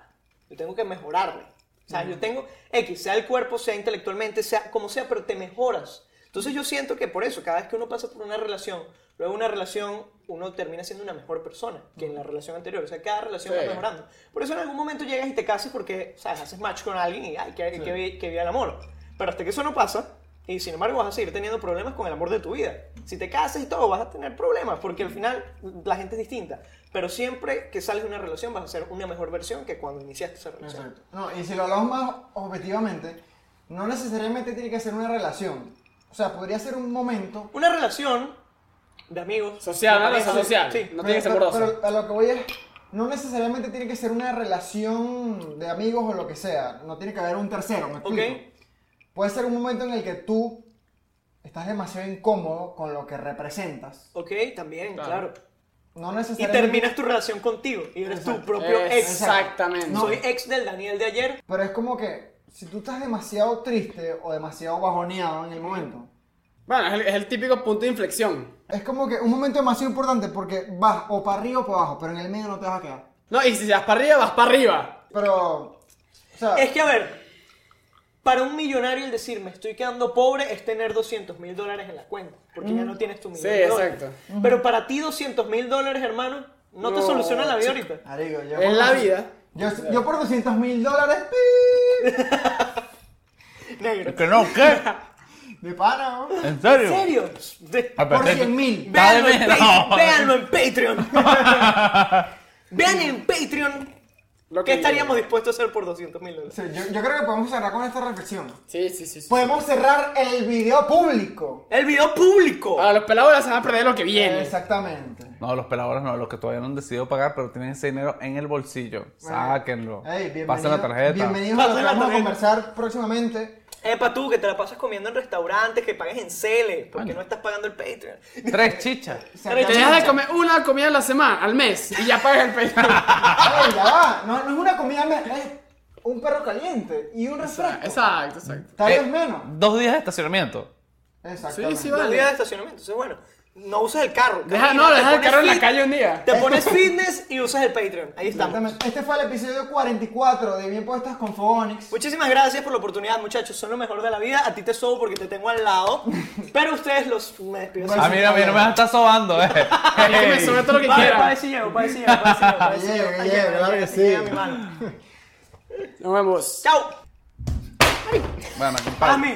S1: yo tengo que mejorarme. O sea, yo tengo X, sea el cuerpo, sea intelectualmente, sea como sea, pero te mejoras. Entonces yo siento que por eso, cada vez que uno pasa por una relación, luego una relación, uno termina siendo una mejor persona que en la relación anterior. O sea, cada relación va
S4: Sí.
S1: mejorando pasando. Por eso en algún momento llegas y te casas porque, ¿sabes? Haces match con alguien y, ay, que, que, que viva el amor. Pero hasta que eso no pasa, y sin embargo vas a seguir teniendo problemas con el amor de tu vida. Si te casas y todo, vas a tener problemas porque al final la gente es distinta. Pero siempre que sales de una relación vas a ser una mejor versión que cuando iniciaste esa relación.
S3: Exacto. No, y si lo hablamos más objetivamente, no necesariamente tiene que ser una relación. O sea, podría ser un momento
S1: Una relación de amigos.
S4: Social,
S1: de
S4: una
S1: pareja,
S4: relación social.
S1: Sí.
S4: No tiene que ser
S3: Pero-
S4: amorosa.
S3: Pero a lo que voy es, no necesariamente tiene que ser una relación de amigos o lo que sea. No tiene que haber un tercero, ¿me explico?
S1: Ok.
S3: Puede ser un momento en el que tú estás demasiado incómodo con lo que representas.
S1: Ok, también, claro.
S4: Claro.
S3: No
S1: Y
S3: necesariamente...
S1: terminas tu relación contigo y eres tu
S3: Exacto.
S1: propio ex. eh,
S4: Exactamente.
S3: No.
S1: Soy ex del Daniel de ayer,
S3: Pero es como que, si tú estás demasiado triste o demasiado bajoneado en el momento,
S4: Bueno, es el, es el típico punto de inflexión.
S3: es como que un momento demasiado importante porque vas o para arriba o para abajo, pero en el medio no te vas a quedar.
S4: No, y si vas para arriba, vas para arriba.
S3: Pero... O sea,
S1: Es que, a ver, para un millonario el decir me estoy quedando pobre es tener 200 mil dólares en la cuenta, porque ya no tienes tu millón
S4: Mm. Sí,
S1: de dólares.
S4: exacto.
S1: Pero para ti 200 mil dólares, hermano, no,
S4: No,
S1: te soluciona la vida
S4: chico.
S1: ahorita.
S3: Marico,
S4: Es
S3: yo por
S4: la
S3: 200
S4: vida.
S3: Yo, yo por 200 mil dólares
S1: Negro.
S2: Que no, ¿qué?
S3: ¡pi! de pana, ¿no?
S2: ¿En
S1: ¿En
S2: serio?
S1: serio? De-
S2: Ah, pero
S3: Por
S2: te-
S3: 100 mil.
S1: Véanlo en,
S2: Dale,
S1: Pa-
S2: no.
S1: véanlo en Patreon. Vean en Patreon
S4: Lo
S1: qué
S4: que
S1: estaríamos dispuestos a hacer por 200 mil dólares.
S3: Sí, yo, yo creo que podemos cerrar con esta reflexión.
S4: Sí, sí, sí. sí.
S3: Podemos cerrar el video público.
S1: El video público.
S4: Para los pelados ya se van a perder lo que viene.
S3: Exactamente.
S2: No, los peladores no, los que todavía no han decidido pagar, pero tienen ese dinero en el bolsillo. Sáquenlo.
S3: Ey, bienvenido-
S2: Pasen la tarjeta.
S3: Bienvenidos a lo que
S1: Pasen la
S3: vamos a
S1: tarjeta.
S3: conversar próximamente.
S1: Epa, tú que te la pasas comiendo en restaurantes, que pagues en Cele, porque
S2: Coño.
S1: no estás pagando el Patreon.
S2: Tres chichas.
S4: Te dejas de comer una comida a la semana, al mes, y ya pagas el pecado.
S3: Ey, ya va. No, no es una comida, me- es un perro caliente y un refresco.
S4: Exacto, exacto.
S3: Tal vez
S2: Eh,
S3: menos.
S2: Dos días de estacionamiento.
S3: Exactamente.
S4: sí,
S1: Dos
S4: Vale.
S1: días de estacionamiento, entonces bueno, no usas el carro.
S4: Deja,
S1: camina,
S4: no,
S1: te
S4: deja el
S1: pones
S4: carro en la
S1: fit,
S4: calle un día.
S1: Te pones fitness y usas el Patreon. Ahí estamos.
S3: Exactamente. Este fue el episodio 44 de Bien Puestas con Fogonix.
S1: Muchísimas gracias por la oportunidad, muchachos. Son lo mejor de la vida. A ti te sobo porque te tengo al lado. Pero ustedes los. Me despido.
S3: Bueno,
S2: Ah, mira, a mí no me vas a estar sobando, eh.
S4: Yo que me sube todo lo que
S1: Vale,
S4: quiera.
S1: para si llego, para si llego, para si llego. para si
S3: Llego,
S1: llego. Ahí
S3: llego,
S1: llega,
S3: claro
S1: ahí llega,
S3: que
S1: ahí
S3: sí.
S1: llega mi mano.
S4: Nos vemos.
S1: Chao.
S6: Bueno, compadre.
S2: Mami,